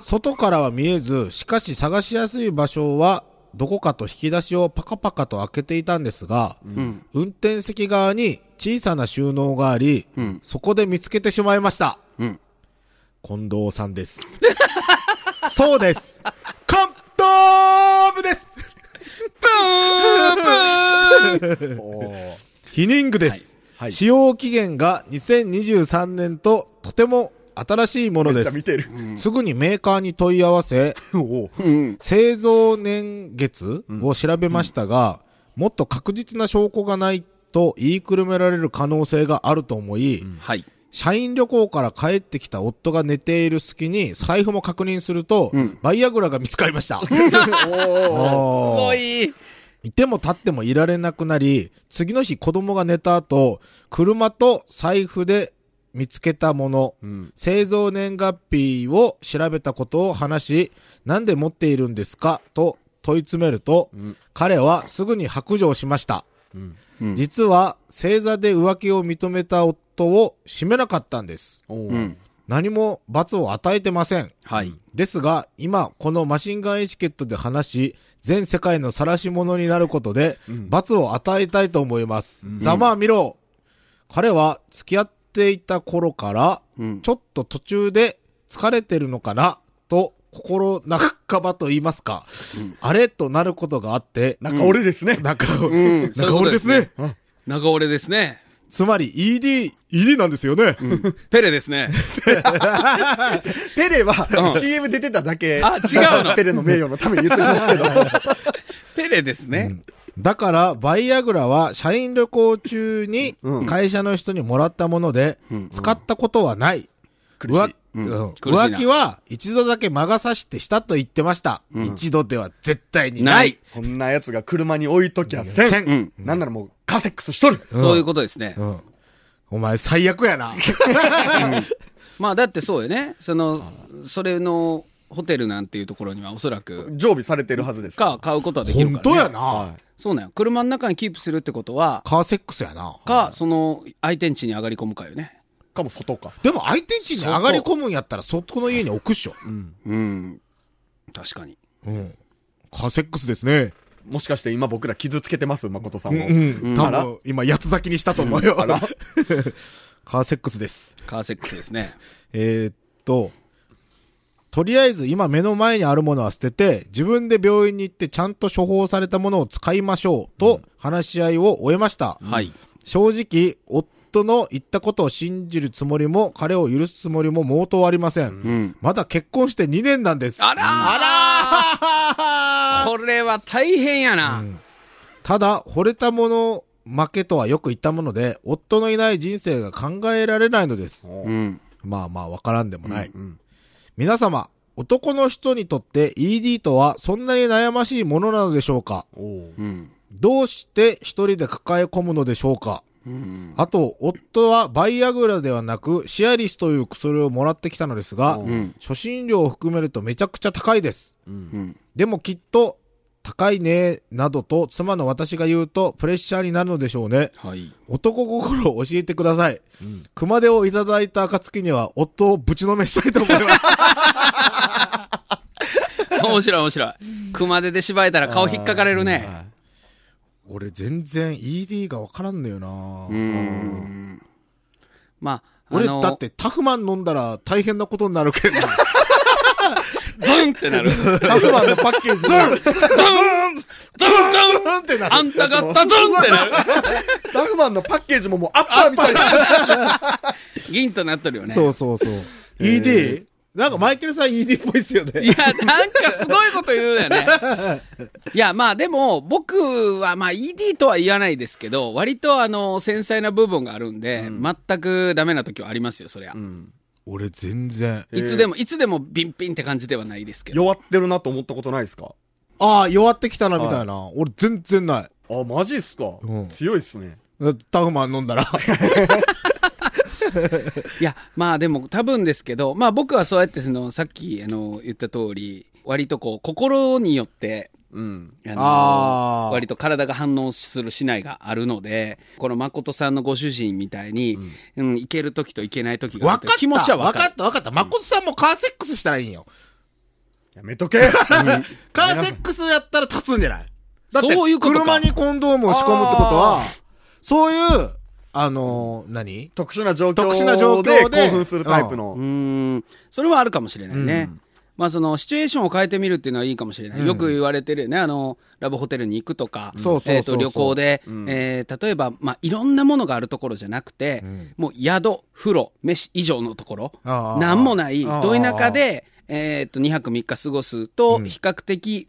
Speaker 2: 外からは見えずしかし探しやすい場所はどこかと引き出しをパカパカと開けていたんですが、
Speaker 4: ん
Speaker 2: 運転席側に小さな収納があり、
Speaker 4: うん
Speaker 2: そこで見つけてしまいました
Speaker 4: うん。
Speaker 2: 近藤さんですそうです関東部ですヒニングです、
Speaker 3: はいはい
Speaker 2: 使用期限が2023年ととても新しいもの
Speaker 3: め
Speaker 2: で
Speaker 3: っちゃ
Speaker 2: す
Speaker 3: 見てる。
Speaker 2: すぐにメーカーに問い合わせ、
Speaker 3: おう
Speaker 4: うん。
Speaker 2: 製造年月を調べましたが、もっと確実な証拠がないと言いくるめられる可能性があると思い、
Speaker 4: はい。
Speaker 2: 社員旅行から帰ってきた夫が寝ている隙に財布も確認すると、
Speaker 4: うん
Speaker 2: バイアグラが見つかりました。
Speaker 4: す
Speaker 2: おー
Speaker 4: ごい。
Speaker 2: いても立ってもいられなくなり、次の日子供が寝た後、車と財布で見つけたもの、製造年月日を調べたことを話し、なんで持っているんですかと問い詰めると、彼はすぐに白状しました。
Speaker 4: うん
Speaker 2: 実は、正座で浮気を認めた夫を締めなかったんです。
Speaker 3: おう
Speaker 4: うん。
Speaker 2: 何も罰を与えてません。
Speaker 4: はい。
Speaker 2: ですが、今、このマシンガンエチケットで話し、全世界の晒し者になることで、罰を与えたいと思います。ざまあ見ろ彼は付き合っていた頃から、
Speaker 4: うん
Speaker 2: ちょっと途中で疲れてるのかな、と、心半ばと言いますか、あれとなることがあって、
Speaker 3: なんか俺で すね。
Speaker 2: なんか、
Speaker 4: ん
Speaker 2: なん
Speaker 4: そういう
Speaker 2: か
Speaker 4: こと
Speaker 2: 俺
Speaker 4: で
Speaker 2: ですす
Speaker 4: ね
Speaker 2: ね。
Speaker 4: 長俺ですね。
Speaker 2: つまり ED、ED なんですよね。
Speaker 4: ペレですね。
Speaker 3: ペレは
Speaker 4: うん
Speaker 3: CM 出てただけ。
Speaker 4: あ違うの
Speaker 3: ペレの名誉のために言ってますけど。
Speaker 4: ペレですね。
Speaker 2: だから、バイアグラは社員旅行中に
Speaker 3: うん
Speaker 2: 会社の人にもらったもので、使ったことはない。
Speaker 3: しい
Speaker 2: 浮
Speaker 4: うん
Speaker 2: うん
Speaker 4: 苦しいな
Speaker 2: 浮気は一度だけ魔が差してしたと言ってました。一度では絶対にな
Speaker 4: ないい。
Speaker 3: こんな奴が車に置いときゃせ
Speaker 2: せ
Speaker 3: ん。
Speaker 2: ん
Speaker 4: うん。
Speaker 3: なんならもうカセックスしとる。
Speaker 4: そういうことですね。
Speaker 2: うんお前最悪やな。
Speaker 4: まあだってそうよね。その、それのホテルなんていうところにはおそらく、
Speaker 3: 常備されてるはずです。
Speaker 4: か、買うことはできるから、ね。
Speaker 2: 本当やな、
Speaker 4: そうなんよ。車の中にキープするってことは、
Speaker 2: カーセックスやな。
Speaker 4: か、その、相手ん家に上がり込むかよね。
Speaker 3: かも外か。
Speaker 2: でも相手ん家に上がり込むんやったら、そこの家に置くっしょ。
Speaker 4: うん。確かに。
Speaker 2: うん。カーセックスですね。
Speaker 3: もしかして今僕ら傷つけてます誠さ
Speaker 2: うんん
Speaker 3: を。
Speaker 2: うん。多分、今、八つ咲きにしたと思うよ。 カーセックスです。
Speaker 4: カーセックスですね。
Speaker 2: えーっと、とりあえず今目の前にあるものは捨てて、自分で病院に行ってちゃんと処方されたものを使いましょうと話し合いを終えました。
Speaker 4: はい。
Speaker 2: 正直、夫の言ったことを信じるつもりも、彼を許すつもりも毛頭ありません。
Speaker 4: ん
Speaker 2: まだ結婚して2年なんです。
Speaker 4: あらー
Speaker 2: あらー
Speaker 4: これは大変やな。
Speaker 2: ただ、惚れたもの負けとはよく言ったもので、夫のいない人生が考えられないのです。
Speaker 4: うん。
Speaker 2: まあまあ、わからんでもない。皆様、男の人にとって ED とはそんなに悩ましいものなのでしょうか
Speaker 3: おう
Speaker 4: うん。
Speaker 2: どうして一人で抱え込むのでしょうか
Speaker 4: うん。
Speaker 2: あと、夫はバイアグラではなく、シアリスという薬をもらってきたのですが、
Speaker 4: うん。
Speaker 2: 初診料を含めるとめちゃくちゃ高いです。
Speaker 4: うん。
Speaker 2: でもきっと、高いね、などと妻の私が言うとプレッシャーになるのでしょうね。
Speaker 4: はい。
Speaker 2: 男心を教えてください。熊手をいただいた暁には夫をぶちのめしたいと思います。
Speaker 4: 面白い面白い。熊手で縛いたら顔引っかかれるね。
Speaker 3: は
Speaker 2: 俺全然 ED がわからんのよな
Speaker 4: うん。まあ、あ
Speaker 2: 俺
Speaker 4: の
Speaker 2: だっ、てタフマン飲んだら大変なことになるけど。
Speaker 4: ズンっ てなる。ズン
Speaker 2: タフマンのパッケージズン
Speaker 4: ズンズン
Speaker 2: ンってな
Speaker 4: あんたがったズンっ てなる。
Speaker 3: い ダグマンのパッケージももうアッパーみたいな。
Speaker 4: 銀となっとるよね。
Speaker 2: そうそうそう。ED? なんかマイケルさん ED っぽいっすよ
Speaker 4: い
Speaker 2: ね。
Speaker 4: や、なんかすごいこと言う よね。いや、まあでも、僕は、まあ ED とは言わないですけど、割とあの、繊細な部分があるんで、全くダメな時はありますよ、そりゃ。
Speaker 2: 俺全然。
Speaker 4: いつでも、いつでもビンピンって感じではないですけど。
Speaker 3: 弱ってるなと思ったことないですか
Speaker 2: ああ、弱ってきたなみたいな。俺全然ない。
Speaker 3: あ、マジっすか
Speaker 2: うん
Speaker 3: 強いっすね。
Speaker 2: だってタフマン飲ん だら。
Speaker 4: いや、まあでも多分ですけど、まあ僕はそうやってその、さっきあの、言った通り、割とこう、心によって、
Speaker 3: うん。
Speaker 4: あの
Speaker 2: あー
Speaker 4: 割と体が反応するしないがあるので、この誠さんのご主人みたいに、うん、いける時といけない時があ
Speaker 2: わ
Speaker 4: っ
Speaker 2: か
Speaker 4: て
Speaker 2: った。
Speaker 4: 気持ちはわかる
Speaker 2: わかっ。た、わかった。誠さんもカーセックスしたらいいんよ。
Speaker 3: やめとけ
Speaker 2: カーセックスやったら立つんじゃないだって、
Speaker 4: そういうことか
Speaker 2: 車にコンドームを仕込むってことは、そういう、あのー何
Speaker 3: 特殊な状況
Speaker 2: 特殊な状況で
Speaker 3: 興奮するタイプの
Speaker 4: う。ーん、それはあるかもしれないね。まあそのシチュエーションを変えてみるっていうのはいいかもしれない。よく言われてるよね。あの、ラブホテルに行くとか、
Speaker 2: そうそうそうそう
Speaker 4: えっと、旅行で、えー例えば、まあいろんなものがあるところじゃなくて、もう宿、風呂、飯以上のところ、
Speaker 2: ああ
Speaker 4: なんもない、
Speaker 2: ああ
Speaker 4: ど田舎で、えっと、2泊3日過ごすと、比較的、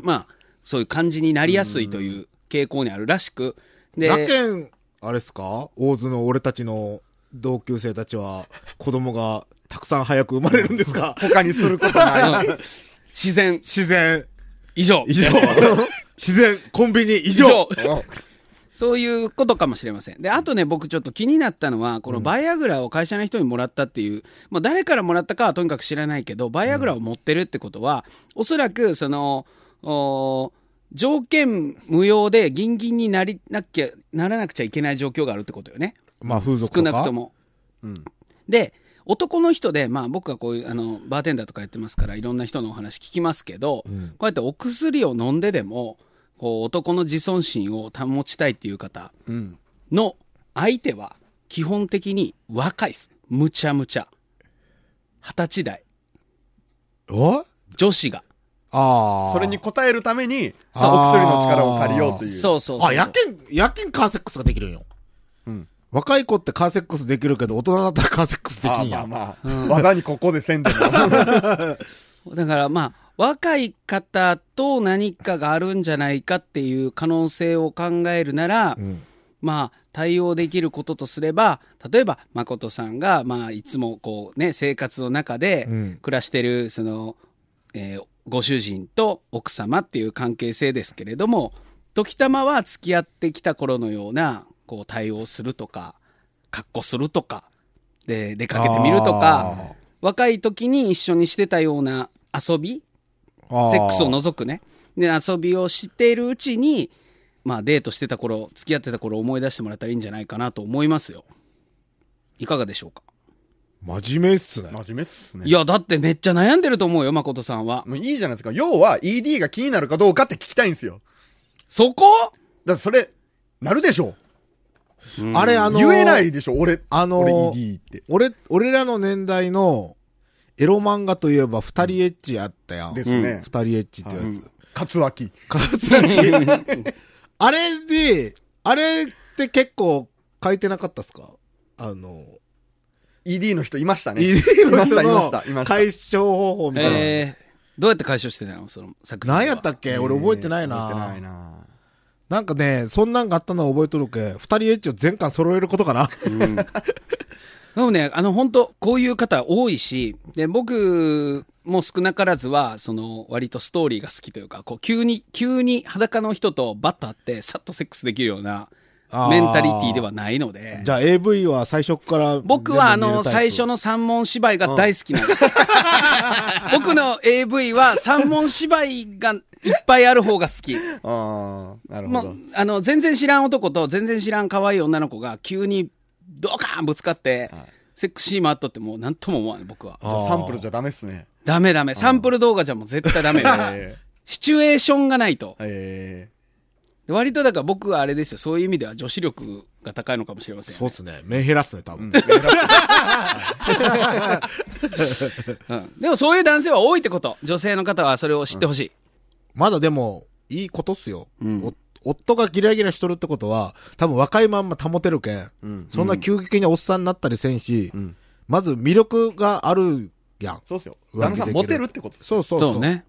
Speaker 4: まあ、そういう感じになりやすいという傾向にあるらしく、で、
Speaker 2: だけん、あれっすか大津の俺たちの同級生たちは、子供がたくさん早く生まれるんです か
Speaker 3: 他にすることない。
Speaker 4: うん自然
Speaker 2: 自然
Speaker 4: 以 上。
Speaker 2: 以上。自然、コンビニ以
Speaker 4: 以上
Speaker 2: 上。
Speaker 4: そういうことかもしれません。で、あとね、僕ちょっと気になったのは、このバイアグラを会社の人にもらったっていう、まあ誰からもらったかはとにかく知らないけど、バイアグラを持ってるってことは、おそらく、その、お条件無用でギンギンになりなきゃ、ならなくちゃいけない状況があるってことよね。
Speaker 2: まあ、風俗
Speaker 4: 少
Speaker 2: とか。
Speaker 4: なくと。も。で、男の人で、まあ僕はこういう、あの、バーテンダーとかやってますから、いろんな人のお話聞きますけど、こうやってお薬を飲んででも、こう男の自尊心を保ちたいっていう方
Speaker 3: うん。
Speaker 4: の相手は、基本的に若いっす。むちゃむちゃ。二十歳代。
Speaker 2: お
Speaker 4: 女子が。
Speaker 2: ああ。
Speaker 3: それに応えるために、お
Speaker 2: あー
Speaker 3: 薬の力を借りようという。
Speaker 4: そうそうそうそう。
Speaker 2: あ、やけん、やけんカーセックスができるんよ。
Speaker 3: うん
Speaker 2: 若い子ってカーセックスできるけど、大人だったらカーセックスで
Speaker 3: あ
Speaker 2: き
Speaker 3: ー
Speaker 2: んや。
Speaker 3: まあまあ、技にここでせんでも。
Speaker 4: だからまあ、若い方と何かがあるんじゃないかっていう可能性を考えるなら、
Speaker 2: ん
Speaker 4: まあ、対応できることとすれば、例えば、誠さんが、まあ、いつもこうね、生活の中で
Speaker 2: うん
Speaker 4: 暮らしてる、その、えーご主人と奥様っていう関係性ですけれども、時たまは付き合ってきた頃のような、こう、対応するとか、格好するとか、で、出かけてみると
Speaker 2: あ
Speaker 4: か
Speaker 2: ー、
Speaker 4: 若い時に一緒にしてたような遊び
Speaker 2: あー
Speaker 4: セックスを除くね。で、遊びをしているうちに、まあデートしてた頃、付き合ってた頃思い出してもらったらいいんじゃないかなと思いますよ。いかがでしょうか
Speaker 2: 真面目っすね。
Speaker 3: 真面目っすね
Speaker 4: いや、だってめっちゃ悩んでると思うよ、誠さんは。
Speaker 3: もういいじゃないですか要は ED が気になるかどうかって聞きたいんですよ
Speaker 4: そこ
Speaker 3: だってそれなるでしょ
Speaker 2: あれ、あのー
Speaker 3: 言えないでしょ俺、
Speaker 2: あのー
Speaker 3: 俺 ED って
Speaker 2: 俺、俺らの年代のエロ漫画といえば二人エッチあったやん。
Speaker 3: で
Speaker 2: 二、
Speaker 3: すね、
Speaker 2: 人エッチってや
Speaker 4: う
Speaker 2: つ。
Speaker 4: ん
Speaker 3: 勝脇
Speaker 2: かつなぎあれで、あれって結構書いてなかったっすかあの、
Speaker 3: ED の人いましたね
Speaker 2: ED の
Speaker 3: まし
Speaker 2: 人
Speaker 3: たいま
Speaker 2: の
Speaker 3: したいました
Speaker 2: 解消方法みたいな。
Speaker 4: えー、どうやって解消してたのその作品は。
Speaker 2: 何やったっけ俺覚えてないな,、
Speaker 3: 覚えてないな
Speaker 2: なんかね、そんなんがあったのは覚えとるけ、二人エッチを全巻揃えることかな。
Speaker 4: うんでもね、あの、本当こういう方多いし、で、僕も少なからずは、その、割とストーリーが好きというか、こう、急に、急に裸の人とバッと会って、さっとセックスできるような、
Speaker 2: あー
Speaker 4: メンタリティではないので
Speaker 2: じ、ゃあ AV は最初から。
Speaker 4: 僕は、あの、最初
Speaker 2: の。
Speaker 4: の三文芝居が大好きなの。 僕の AV は三文芝居がいっぱいある方が好き。
Speaker 3: あーなるほ
Speaker 4: も
Speaker 3: ど
Speaker 4: う、あの、全然知らん男と全然知らん可愛い女の子が急にドカーンぶつかって、セックシーもあっとってもう何とも思わない、僕は。
Speaker 2: あー
Speaker 3: サンプルじゃダメっすね
Speaker 4: ダメダメ。サンプル動画じゃもう絶対 ダメよ。
Speaker 3: え
Speaker 4: シチュエーションがないと
Speaker 3: ー。え
Speaker 4: で割とだから僕はあれですよ。そういう意味では女子力が高いのかもしれません。
Speaker 2: そうっすね。メンヘラっすね、多分。
Speaker 4: うんでもそういう男性は多いってこと。女性の方はそれを知ってほしい。
Speaker 2: まだでも、いいことっすよ。
Speaker 4: うん
Speaker 2: お夫がギラギラしとるってことは、多分若いまんま保てるけん。
Speaker 3: うん
Speaker 2: そんな急激におっさんになったりせんし、
Speaker 3: ん
Speaker 2: まず魅力があるやん。
Speaker 3: そうっすよ
Speaker 2: 上
Speaker 3: 旦
Speaker 2: 着でき
Speaker 3: 那さ
Speaker 2: る
Speaker 3: んモテるってことです
Speaker 2: そうそうそう。
Speaker 4: そうね。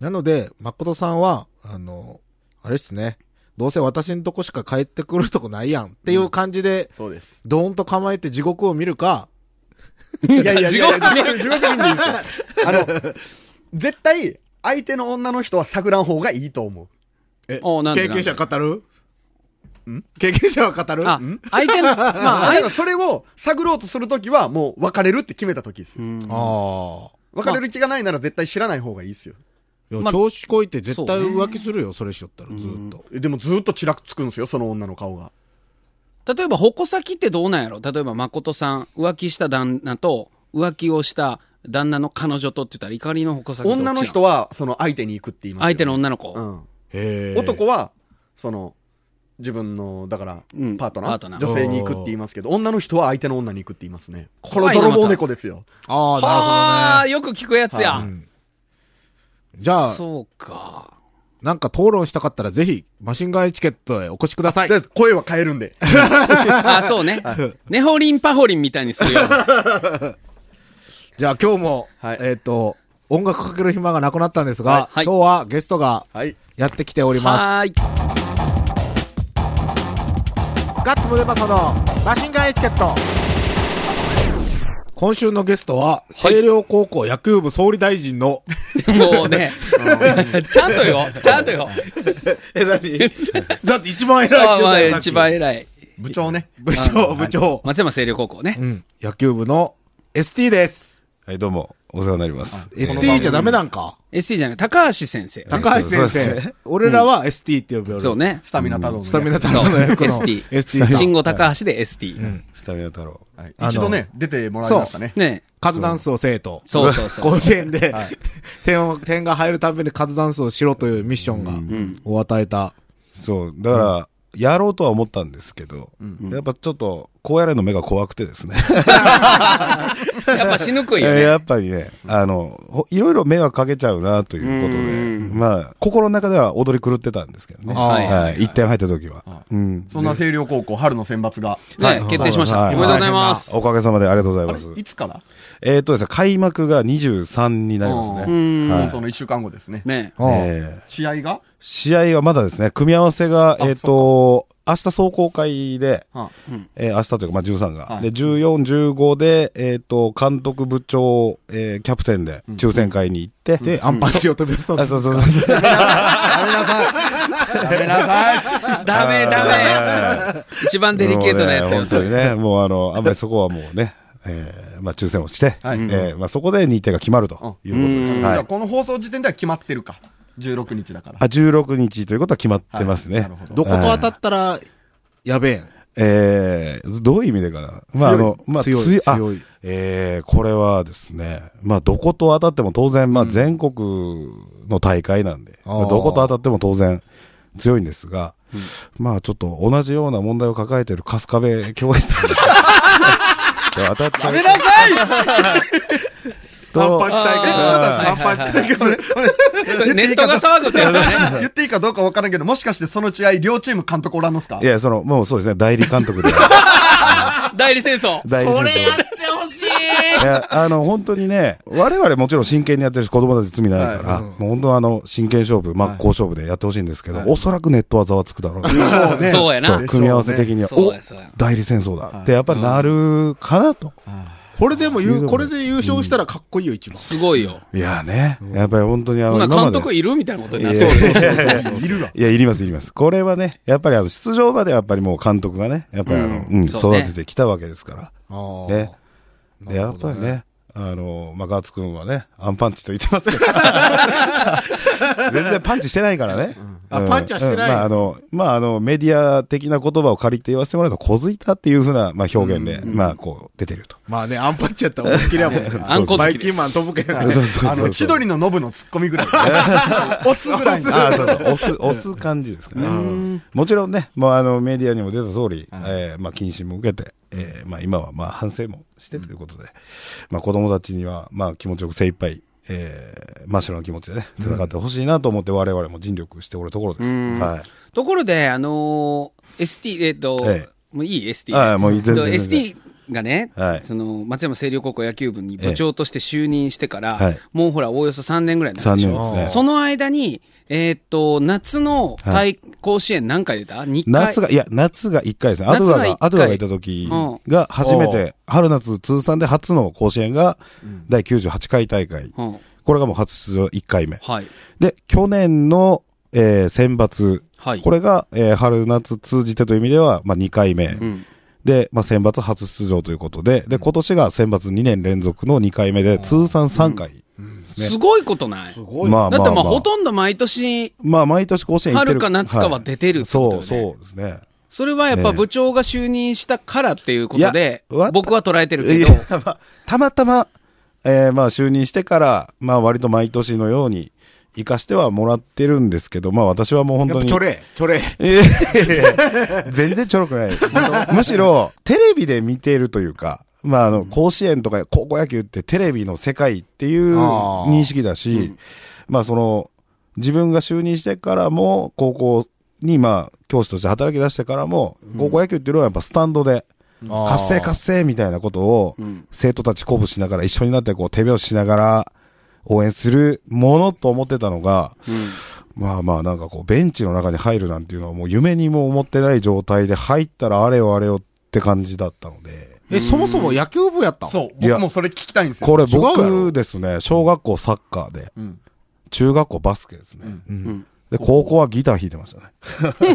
Speaker 2: なので、誠さんは、あの、あれっすね。どうせ私んとこしか帰ってくるとこないやんっていう感じで、
Speaker 3: そうです
Speaker 2: ドーンと構えて地獄を見るか、
Speaker 3: いやいやいやいや
Speaker 4: 地獄見る
Speaker 3: 地獄見るんでいいからあの絶対相手の女の人は探らん方がいいと思う
Speaker 2: え
Speaker 4: おなんで
Speaker 2: 経験者語るん経験者は語る
Speaker 4: あ
Speaker 2: ん、
Speaker 4: 相手の、まあ、
Speaker 3: だか
Speaker 4: 相
Speaker 3: らそれを探ろうとするときはもう別れるって決めたときですよ。
Speaker 4: うん
Speaker 2: ああ。
Speaker 3: 別れる気がないなら絶対知らない方がいいですよ。
Speaker 2: でも
Speaker 4: まあ
Speaker 2: 調子こいて絶対
Speaker 4: そうね
Speaker 2: 浮気するよ、それしよったら、ずーっと。
Speaker 3: えでもずっとちらつくんですよ、その女の顔が。
Speaker 4: 例えば矛先ってどうなんやろ例えば誠さん浮気した旦那と浮気をした旦那の彼女とって言ったら怒りの矛先どっちな
Speaker 3: 女の人はその相手に行くって言いますよね
Speaker 4: 相手の女の子、
Speaker 2: へ
Speaker 3: う
Speaker 2: え。
Speaker 3: ん。男は、その、自分の、だから、
Speaker 4: うん
Speaker 3: パートナー,、
Speaker 4: パートナー
Speaker 3: 女性に行くって言いますけど、女の人は相手の女に行くって言いますね。この
Speaker 4: 怖いな
Speaker 3: 泥棒猫ですよ。
Speaker 2: あ
Speaker 4: は
Speaker 2: あ、な
Speaker 4: あ
Speaker 2: る
Speaker 4: よく聞くやつや、
Speaker 3: はい
Speaker 2: うんほどね。じゃあ、
Speaker 4: そうか
Speaker 2: なんか討論したかったらぜひ、マシンガンエチケットへお越しください。
Speaker 3: で声は変えるんで。
Speaker 4: あそ うねネホリンパホリンみたいにするよ
Speaker 2: じゃあ今日も、
Speaker 3: はい
Speaker 2: えっ、と、音楽かける暇がなくなったんですが、
Speaker 4: はい
Speaker 2: 今日はゲストが
Speaker 3: はい。
Speaker 2: やってきておりま
Speaker 4: はーい
Speaker 2: す。ガッツムデパソのマシンガンエチケット。今週のゲストは、星稜高校野球部総理大臣の、
Speaker 4: もうねちゃんとよちゃんと よ
Speaker 2: え、なに だって一番偉いって言
Speaker 4: あ
Speaker 2: う
Speaker 4: ま
Speaker 2: た
Speaker 4: あ
Speaker 2: よさっき
Speaker 4: 一番偉い
Speaker 3: 部長ね。
Speaker 2: 部長、部長。
Speaker 4: 松山清涼高校ね、
Speaker 2: うん、野球部の ST です。
Speaker 5: はい、どうも、お世話になります。
Speaker 2: ST じゃダメなんか
Speaker 4: ST じゃない高橋先生
Speaker 2: 高橋
Speaker 5: そ
Speaker 2: 先
Speaker 5: うです
Speaker 2: 生。俺らは ST って呼ぶよ。
Speaker 4: そ う。ね
Speaker 3: スタミナ太郎、ね。
Speaker 2: スタミナ
Speaker 3: 太
Speaker 2: 太郎の役の
Speaker 4: ST
Speaker 2: ST さん
Speaker 4: 慎吾高橋で ST、
Speaker 5: スタミナ太郎。
Speaker 3: 郎。一度ね、出てもらいましたね。
Speaker 4: ね
Speaker 2: カズダンスを生徒。
Speaker 4: そうそうそう
Speaker 2: 甲子園で、点を、点が入るたびにカズダンスをしろというミッションが、を与えた。
Speaker 5: そう、だから、やろうとは思ったんですけど、やっぱちょっと、こうやれの目が怖くて ですね。
Speaker 4: やっぱしぬくいよね
Speaker 5: やっぱりね、あの、ほいろいろ迷惑かけちゃうなということで、まあ、心の中では踊り狂ってたんですけどね。
Speaker 2: あー
Speaker 5: はい。一点入った時は。うん。
Speaker 3: そんな星稜高校、春の選抜が。
Speaker 4: ね、決定しました。お
Speaker 5: はい
Speaker 4: めでとうございます。
Speaker 5: おかげさまでありがとうござい
Speaker 3: あ
Speaker 5: ま
Speaker 3: れ
Speaker 5: す。
Speaker 3: いつから
Speaker 5: えっとですね、開幕が23になります
Speaker 3: う
Speaker 5: ね。
Speaker 3: んその1週間後ですね。
Speaker 4: ね
Speaker 2: うん
Speaker 5: えー
Speaker 3: 試合が、
Speaker 5: 試合はまだですね、組み合わせが、
Speaker 3: あ
Speaker 5: えっ、と、明日壮行会で、
Speaker 3: は
Speaker 5: えー明日というか、まあ、13が、
Speaker 3: はい
Speaker 5: で、14、15で、えっ、と、監督、部長、えーキャプテンで、抽選会に行って、
Speaker 2: で、アン パンチを飛び出すと。
Speaker 5: あそうそうそう。
Speaker 3: あ、やめなさい
Speaker 4: ダメダメ一番デリケートなやつ
Speaker 5: もう
Speaker 4: よ、
Speaker 5: ね
Speaker 4: そ
Speaker 5: 本当
Speaker 4: れ
Speaker 5: にね、もうあの、あんまりそこはもうね、えーまあ、抽選をして、
Speaker 3: はい
Speaker 5: えーまあ、そこで日程が決まるということです。
Speaker 3: じゃ
Speaker 5: は
Speaker 3: あ
Speaker 5: い、
Speaker 3: この放送時点では決まってるか16日だから
Speaker 5: あ16日ということは決まってます
Speaker 3: は
Speaker 5: ね。
Speaker 3: いなるほど
Speaker 2: どこと当たったら、やべえん。
Speaker 5: えーどういう意味でかな。まあ、
Speaker 2: 強
Speaker 5: あ
Speaker 2: い
Speaker 5: の、まあ、
Speaker 2: 強い
Speaker 5: つあ
Speaker 2: 強い
Speaker 5: えーこれはですね、まあ、どこと当たっても当然、まあ、全国の大会なんで、
Speaker 2: あー
Speaker 5: まあどこと当たっても当然強いんですが、まあ、ちょっと同じような問題を抱えてる春日部共演さ ん当たっちゃう。やめなさいと、
Speaker 3: あパンパン大会それ
Speaker 4: それネットが騒ぐってやつだね。
Speaker 3: 言っていいかどうか分からんけど、もしかしてその試合、両チーム監督おらんのっすか
Speaker 5: いや、その、もうそうですね、代理監督で。
Speaker 4: 代理戦争。
Speaker 5: 代理
Speaker 2: そ
Speaker 5: 先
Speaker 2: れ
Speaker 5: 生
Speaker 2: やってほしい
Speaker 5: いや、あの、本当にね、我々もちろん真剣にやってるし、子供たち罪ないから、もう本当あの、真剣勝負、真っ向勝負でやってほしいんですけど、おそらくネットはざわつくだろうな
Speaker 3: そうね
Speaker 4: そうやな
Speaker 5: そう、組み合わせ的には、
Speaker 4: そう
Speaker 5: お
Speaker 4: やそうや
Speaker 5: 代理戦争だってやっぱなるかなと。
Speaker 2: これでも
Speaker 5: いい
Speaker 2: 言
Speaker 5: と
Speaker 2: う、
Speaker 5: こ
Speaker 2: これで優勝したらかっこいいよ、一番。
Speaker 4: すごいよ。
Speaker 5: いやね、やっぱり本当にあ
Speaker 4: ほ
Speaker 5: の、
Speaker 4: な
Speaker 5: 今ま
Speaker 4: 監
Speaker 5: で
Speaker 4: 督いるみたいなことになっ
Speaker 5: い
Speaker 4: て
Speaker 5: や
Speaker 4: る。
Speaker 3: いるわ。
Speaker 5: いや、いります、いります。これはね、やっぱりあの、出場までやっぱりもう監督がね、やっぱりあの、うん、
Speaker 4: そうね
Speaker 5: 育ててきたわけですから。
Speaker 2: ああ。
Speaker 5: ね。でやっぱりね、あの、まあ、ガーツくんはね、アンパンチと言って ますけど。全然パンチしてないからね。
Speaker 2: あ
Speaker 5: うん
Speaker 2: パンチはしてない
Speaker 5: うんまあ、あの、まあ、あの、メディア的な言葉を借りて言わせてもらうと、小づいたっていうふうな、まあ、表現で、まあ、こう、出てると。
Speaker 2: まあね、アンパンチやったら思いっきりやもんね。
Speaker 4: あんこ
Speaker 2: バ
Speaker 4: 好
Speaker 2: イ
Speaker 4: き
Speaker 2: キン
Speaker 4: です。
Speaker 2: マン飛ぶけん
Speaker 5: そうそうそう
Speaker 3: あの、千鳥のノブのツッコミぐ らい。押すぐらいの。
Speaker 5: あそうそう、押す、押す感じですかね。もちろんね、もうあの、メディアにも出た通り、えーまあ、謹慎も受けて、えーまあ、今はまあ、反省もしてということで、まあ、子供たちには、まあ、気持ちよく精一杯、えー、真っ白な気持ちでね、戦ってほしいなと思って、我々も尽力しておるところです。はい。
Speaker 4: ところで、あのー、ST、えっと
Speaker 5: ええ、
Speaker 4: もういい ?ST。
Speaker 5: ああもういい全然
Speaker 4: えっと
Speaker 5: 全然
Speaker 4: ST がね
Speaker 5: は、い
Speaker 4: その、松山清涼高校野球部に部長として就任してか
Speaker 5: ええは
Speaker 4: ら
Speaker 5: い、
Speaker 4: もうほら、おおよそ3年ぐらいになるでし
Speaker 5: 三年
Speaker 4: ょ
Speaker 5: ですね
Speaker 4: その間に、えっと、夏の
Speaker 5: は
Speaker 4: 大甲子園何回出た ?2 回。
Speaker 5: 夏が、いや、夏が1回ですね。アドゥ
Speaker 4: 夏
Speaker 5: ア
Speaker 4: が一回
Speaker 5: が、アドゥアがいた時が初めて、春夏通算で初の甲子園が、第98回大会。
Speaker 4: うん
Speaker 5: これがもう初出場1回目。
Speaker 4: はい。
Speaker 5: で、去年の、えー選抜。
Speaker 4: はい
Speaker 5: これが、えー春夏通じてという意味では、まあ、2回目。
Speaker 4: ん
Speaker 5: で、まあ、選抜初出場ということで、で、今年が選抜2年連続の2回目で、通算3回ですね。
Speaker 4: すごいことない
Speaker 2: ごい
Speaker 5: まあ
Speaker 4: だ
Speaker 5: ま
Speaker 4: っ
Speaker 5: あ
Speaker 4: て
Speaker 5: ま
Speaker 4: まあ、
Speaker 5: あ、
Speaker 4: ほとんど毎年、
Speaker 5: まあ、毎年甲子園行って
Speaker 4: 春
Speaker 5: る。
Speaker 4: か夏かは出てるってことよね
Speaker 5: はいそう、そうですね。
Speaker 4: それはやっ
Speaker 5: え
Speaker 4: ぱ
Speaker 5: え
Speaker 4: 部長が就任したからっていうことで
Speaker 5: いやわ、
Speaker 4: 僕は捉えてるけ
Speaker 5: い
Speaker 4: ど
Speaker 5: や、まあたまたま、えーまあ、就任してから、まあ、割と毎年のように、生かしてはもらってるんですけど、まあ、私はもう本
Speaker 2: やっ
Speaker 5: 当
Speaker 2: ぱ
Speaker 5: に。
Speaker 2: チョレー、チョレー。
Speaker 5: いやいやいや 全然ちょろ くないです。むしろ、テレビで見ているというか、まあ、あの、甲子園とか高校野球ってテレビの世界っていう
Speaker 2: あー
Speaker 5: 認識だし、まあ、その、自分が就任してからも、高校に、まあ、教師として働き出してからも、高校野球っていうのはやっぱスタンドで、
Speaker 2: あー
Speaker 5: 活性活性みたいなことを、生徒たち鼓舞しながら、一緒になってこう、手拍子しながら、応援するものと思ってたのが、まあまあなんかこう、ベンチの中に入るなんていうのはもう夢にも思ってない状態で入ったらあれよあれよって感じだったので、
Speaker 2: え、そもそも野球部やったん
Speaker 3: そう、
Speaker 5: いや
Speaker 3: 僕もそれ聞きたいんですよ。
Speaker 5: これ
Speaker 2: 違うやろ
Speaker 5: 僕ですね、小学校サッカーで、
Speaker 3: ん
Speaker 5: 中学校バスケですね。
Speaker 2: うん
Speaker 5: で、高校はギター弾いてましたね。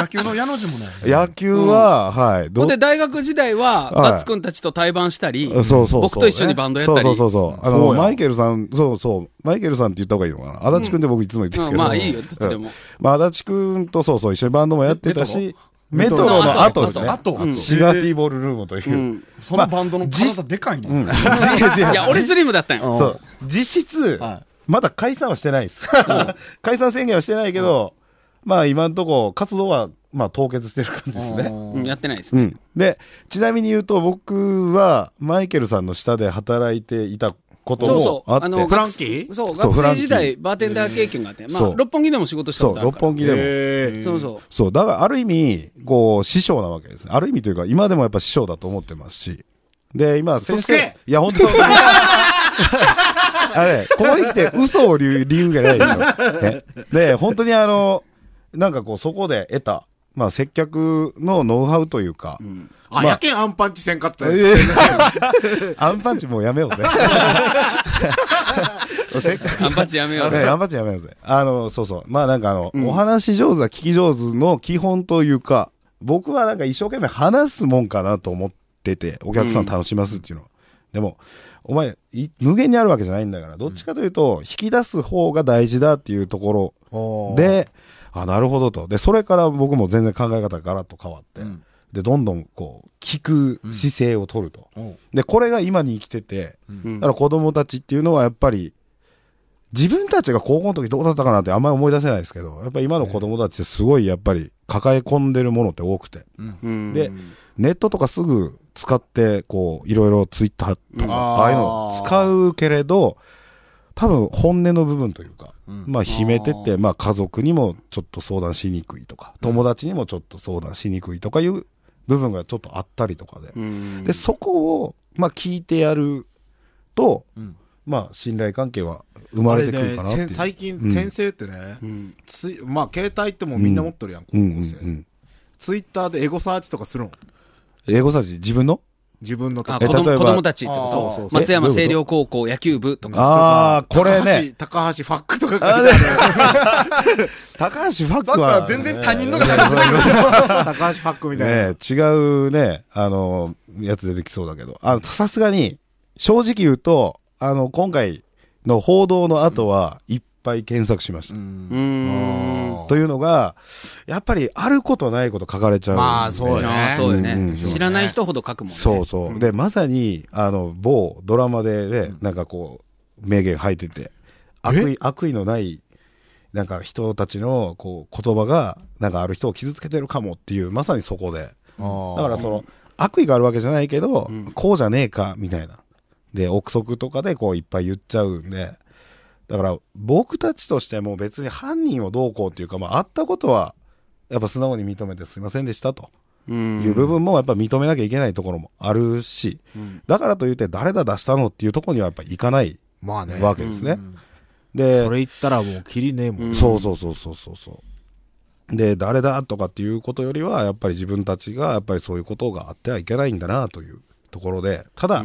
Speaker 3: 野球の矢の字もない。
Speaker 5: 野球は、はい、ど
Speaker 4: ほんで、大学時代は、
Speaker 5: はい
Speaker 4: バツ君たちと対バンしたり、
Speaker 5: そうそうそう。
Speaker 4: 僕と一緒にバンドやったり。
Speaker 5: そうそうそうそう。あ
Speaker 2: そ
Speaker 5: の、
Speaker 2: うや
Speaker 5: マイケルさん、そうそう。マイケルさんって言った方がいいのかな。足立くんで僕いつも言ってるけど。
Speaker 4: うんまあいいよどっちでも
Speaker 5: うんまあ、足立くんとそうそう、一緒にバンドもやってたし、
Speaker 3: メ
Speaker 5: メト
Speaker 3: ト
Speaker 5: ロ
Speaker 3: ロ
Speaker 5: の後ですね。
Speaker 3: あと、
Speaker 5: シガーティーボールルームという。
Speaker 4: ん
Speaker 3: そのバンドの体でかいね。
Speaker 5: うん。い
Speaker 4: いや、俺スリムだったんよ。
Speaker 5: そう。実質
Speaker 3: は、
Speaker 5: まだ解散はしてないです。 解散宣言はしてないけど、まあ今んとこ活動は、まあ凍結してる感じですね。
Speaker 4: うんやってないです
Speaker 5: う。ん。で、ちなみに言うと僕は、マイケルさんの下で働いていたこと
Speaker 4: そうそ
Speaker 5: も
Speaker 4: う。
Speaker 5: あって、
Speaker 4: の、
Speaker 2: フラン
Speaker 4: 学
Speaker 2: キー
Speaker 4: そう、
Speaker 5: そう
Speaker 4: 学
Speaker 5: フラン
Speaker 4: 生
Speaker 5: キー
Speaker 4: 時代、バーテンダー経験があって、ま
Speaker 5: そ
Speaker 4: あ、
Speaker 5: う
Speaker 4: 六本木でも仕事した
Speaker 5: そ
Speaker 4: こ
Speaker 5: う、
Speaker 4: とある
Speaker 5: 六
Speaker 4: から。
Speaker 5: 本木でも。
Speaker 2: え
Speaker 4: そうそう。
Speaker 5: そう、だからある意味、こう、師匠なわけですね。ある意味というか、今でもやっぱ師匠だと思ってますし。で、今、先
Speaker 2: 嘘つ
Speaker 5: 生
Speaker 2: け。
Speaker 5: いや、本当に。 あれ、ここに来て嘘を言う理由がないでしょ。ねで、本当にあの、なんかこう、そこで得た、まあ、接客のノウハウというか、
Speaker 2: あ、
Speaker 5: まあ
Speaker 2: やけんアンパンチせんかった。
Speaker 5: アンパンチもうやめようぜ。せっかく
Speaker 4: アンパチやめよう
Speaker 5: ね、
Speaker 4: ぜ。
Speaker 5: 頑張っちゃやめなさい。あの、そうそう。まあなんかあの、お話し上手は聞き上手の基本というか、僕はなんか一生懸命話すもんかなと思って出て、お客さん楽しますっていうのは。でも、お前、い無限にあるわけじゃないんだから、どっちかというと、引き出す方が大事だっていうところで、あ、なるほどと。で、それから僕も全然考え方がガラッと変わって、で、どんどんこう、聞く姿勢を取ると。で、これが今に生きてて、
Speaker 4: うん
Speaker 5: だから子供たちっていうのはやっぱり、自分たちが高校の時どうだったかなってあんまり思い出せないですけど、やっぱり今の子供たちってすごいやっぱり抱え込んでるものって多くて。
Speaker 4: うん
Speaker 5: で、ネットとかすぐ使って、こう、いろいろツイッターとか、
Speaker 2: あー
Speaker 5: ああいうのを使うけれど、多分本音の部分というか、まあ秘めてて、まあ家族にもちょっと相談しにくいとか、友達にもちょっと相談しにくいとかいう部分がちょっとあったりとかで、
Speaker 4: うん
Speaker 5: で、そこを、まあ聞いてやると、
Speaker 3: うん
Speaker 5: まあ信頼関係は生
Speaker 2: あ
Speaker 5: まれ
Speaker 2: れ
Speaker 5: てくる
Speaker 2: ね
Speaker 5: か、なってい
Speaker 2: せ
Speaker 5: う。
Speaker 2: ん最近、
Speaker 5: うん
Speaker 2: 先生ってね、
Speaker 4: うん
Speaker 2: ついまあ、携帯ってもうみんな持ってるやん、
Speaker 5: うん
Speaker 2: 高
Speaker 5: うんう
Speaker 2: 校生、
Speaker 5: ん。
Speaker 2: ツイッターでエゴサーチとかするの
Speaker 5: 英語さじ自分の
Speaker 2: 自分のと
Speaker 4: あ
Speaker 2: か
Speaker 5: え
Speaker 4: 子供
Speaker 5: 例え
Speaker 4: 子
Speaker 5: ば
Speaker 4: 供たちってこ
Speaker 2: あーそうそう
Speaker 4: と
Speaker 2: そう
Speaker 4: 松山
Speaker 5: えどうい
Speaker 4: 星
Speaker 5: う
Speaker 4: 稜高校野球部とか。
Speaker 5: ああ、これね。
Speaker 2: 高橋、高橋ファックとか書いてある。
Speaker 3: バ
Speaker 5: 高橋ファッ
Speaker 3: ッ
Speaker 5: ク
Speaker 3: ク
Speaker 5: は
Speaker 3: は。全然他人のが大事だけど。
Speaker 2: 高橋ファックみたいな。
Speaker 5: ね違うね、あの、やつ出てきそうだけど。あの、さすがに、正直言うと、あの、今回の報道の後は、いっぱい検索しました。
Speaker 4: うーん。
Speaker 2: あー
Speaker 5: というのが、やっぱり、あることないこと書かれちゃうんで。
Speaker 2: まあそうだね
Speaker 4: あーそうよね、
Speaker 5: うん
Speaker 4: 知らない人ほど書くもんね。
Speaker 5: そうそう。で、まさに、あの、某ドラマでね、なんかこう、名言入ってて、悪意、悪意のない、なんか人たちの、こう、言葉が、なんかある人を傷つけてるかもっていう、まさにそこで。だからその、悪意があるわけじゃないけど、こうじゃねえか、みたいな。で、憶測とかでこういっぱい言っちゃうんで、だから僕たちとしても別に犯人をどうこうっていうか、まあ、あったことは、やっぱ素直に認めてすいませんでしたと
Speaker 4: うん。
Speaker 5: いう部分もやっぱ認めなきゃいけないところもあるし、だからといって誰だ出したのっていうところにはやっぱいかない
Speaker 2: まあね。
Speaker 5: わけですね。で、
Speaker 2: それ言ったらもうキリねえもん。
Speaker 5: そうそうそうそうそうそう。で、誰だとかっていうことよりは、やっぱり自分たちが、やっぱりそういうことがあってはいけないんだなというところで、ただ、や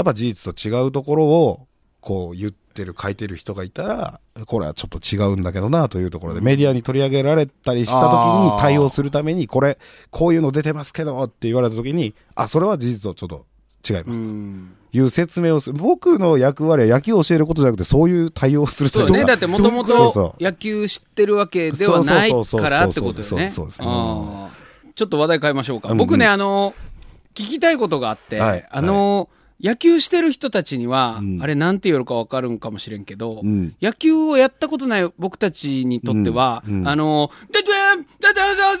Speaker 5: っぱ事実と違うところを、こう言ってる、書いてる人がいたら、これはちょっと違うんだけどなというところで、メディアに取り上げられたりした時
Speaker 2: あー
Speaker 5: に対応するために、これ、こういうの出てますけどって言われた時に、あ、それは事実とちょっと違います。
Speaker 4: うん
Speaker 5: いう説明をする。僕の役割は野球を教えることじゃなくて、そういう対応をすると
Speaker 4: そ
Speaker 5: いうう
Speaker 4: だね。だってもとも
Speaker 5: そうそ
Speaker 4: と
Speaker 5: う
Speaker 4: 野球知ってるわけではない
Speaker 5: そうそうそうそう
Speaker 4: からってことよね。
Speaker 5: そうそうですね
Speaker 4: あーちょっと話題変えましょうか。
Speaker 5: うん
Speaker 4: 僕ね、あの、聞きたいことがあって、
Speaker 5: はい
Speaker 4: あの、野球してる人たちには、
Speaker 5: うん
Speaker 4: あれなんて言うのかわかるんかもしれんけど、
Speaker 5: うん
Speaker 4: 野球をやったことない僕たちにとっては、
Speaker 5: うんうん
Speaker 4: あの、でてんでてんそうそうわー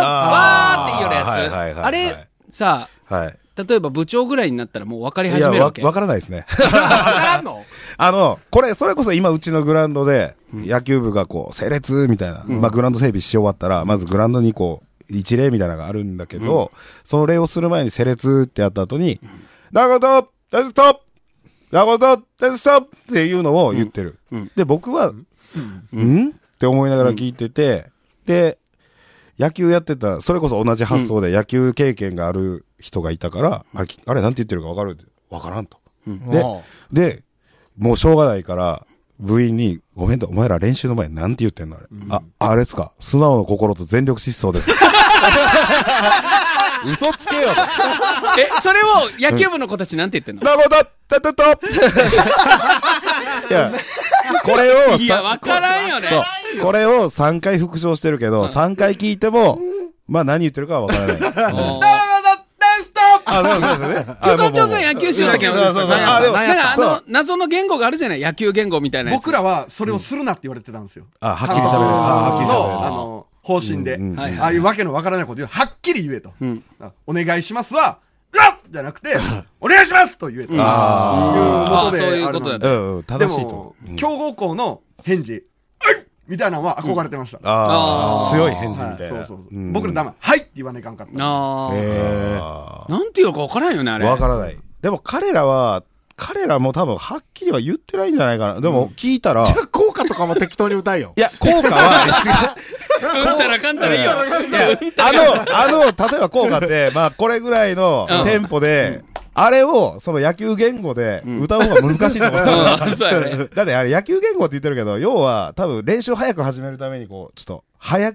Speaker 5: あー
Speaker 4: っていうようなやつ、
Speaker 5: はいはいはいはい
Speaker 4: あれ、さあ、
Speaker 5: はい。
Speaker 4: 例えば部長ぐらいになったらもう分かり
Speaker 5: い
Speaker 4: 始
Speaker 5: や
Speaker 4: めるわけ。
Speaker 5: わわからないですね。
Speaker 2: わからんの
Speaker 5: あの、これ、それこそ今うちのグラウンドで、野球部がこう、整列みたいな、まあグラウンド整備し終わったら、まずグラウンドにこう、一礼みたいなのがあるんだけど、その礼をする前に整列ってやった後に、なるほど大丈夫なるほど大丈夫っていうのを言ってる。で、僕は、んって思いながら聞いてて、で、野球やってた、それこそ同じ発想で野球経験がある人がいたから、あきあれなんて言ってるかわかるって、わからんと。で
Speaker 2: も
Speaker 5: で、もうしょうがないから、部員に、ごめんと、お前ら練習の前になんて言ってんのあれ。あ、あれっすか。素直の心と全力疾走です。嘘つけよ
Speaker 4: え、それを野球部の子たちなんて言ってんの
Speaker 5: なことたたたいや、これをさ、
Speaker 4: いや、分からんよね。
Speaker 5: そう。これを3回復唱してるけど、3回聞いても、まあ何言ってるかはわからない。
Speaker 4: もう
Speaker 5: あ、そうそうそうね。
Speaker 4: 球根調査野球しようときは、
Speaker 5: そうそうそうあでも
Speaker 4: なんかあ
Speaker 5: そ
Speaker 4: の
Speaker 5: う、
Speaker 4: 謎の言語があるじゃない野球言語みたいなやつ。
Speaker 3: 僕らはそれをするなって言われてたんですよ。
Speaker 5: あ、はっきり喋れる。あ、はっきり喋れる
Speaker 3: の、あ。の、方針で
Speaker 5: うんうん。
Speaker 4: は
Speaker 3: あ
Speaker 4: い
Speaker 3: あいうわけのわからないこと言う。はっきり言えと
Speaker 4: ん。
Speaker 3: あお願いしますは、うわっじゃなく て、お願いしますと言えと。いう
Speaker 4: あ
Speaker 3: こと
Speaker 4: ー
Speaker 3: で。
Speaker 4: そういうことだ
Speaker 3: あれなんで
Speaker 5: うんうん、
Speaker 3: で
Speaker 5: 正しいと思
Speaker 3: も、強豪校の返事、はいみたいなのは憧れてました。
Speaker 5: う。あ
Speaker 4: あー
Speaker 5: あ、強い返事
Speaker 3: は
Speaker 5: み
Speaker 3: い
Speaker 5: たい
Speaker 3: そう
Speaker 5: な
Speaker 3: そう。そうう。
Speaker 5: ん
Speaker 3: 僕らダメ。はいって言わないかんかった。
Speaker 4: あー
Speaker 5: え
Speaker 4: なんて言うのか分からんよね、あ
Speaker 5: え
Speaker 4: れ。
Speaker 5: わからない。でも彼らは、彼らも多分はっきりは言ってないんじゃないかな。でも聞いたら、い
Speaker 2: 効果とかも適当に歌いよ。
Speaker 5: や、効果は
Speaker 4: うんたらかんたらいいよ。
Speaker 5: 違う。いや、あの、あの、例えば効果って、まあこれぐらいの
Speaker 4: うん
Speaker 5: テンポで、あれをその野球言語で歌う方が難しいと思う。
Speaker 4: うんそうやね。
Speaker 5: だってあれ野球言語って言ってるけど、要は多分練習を早く始めるためにこう、ちょっと早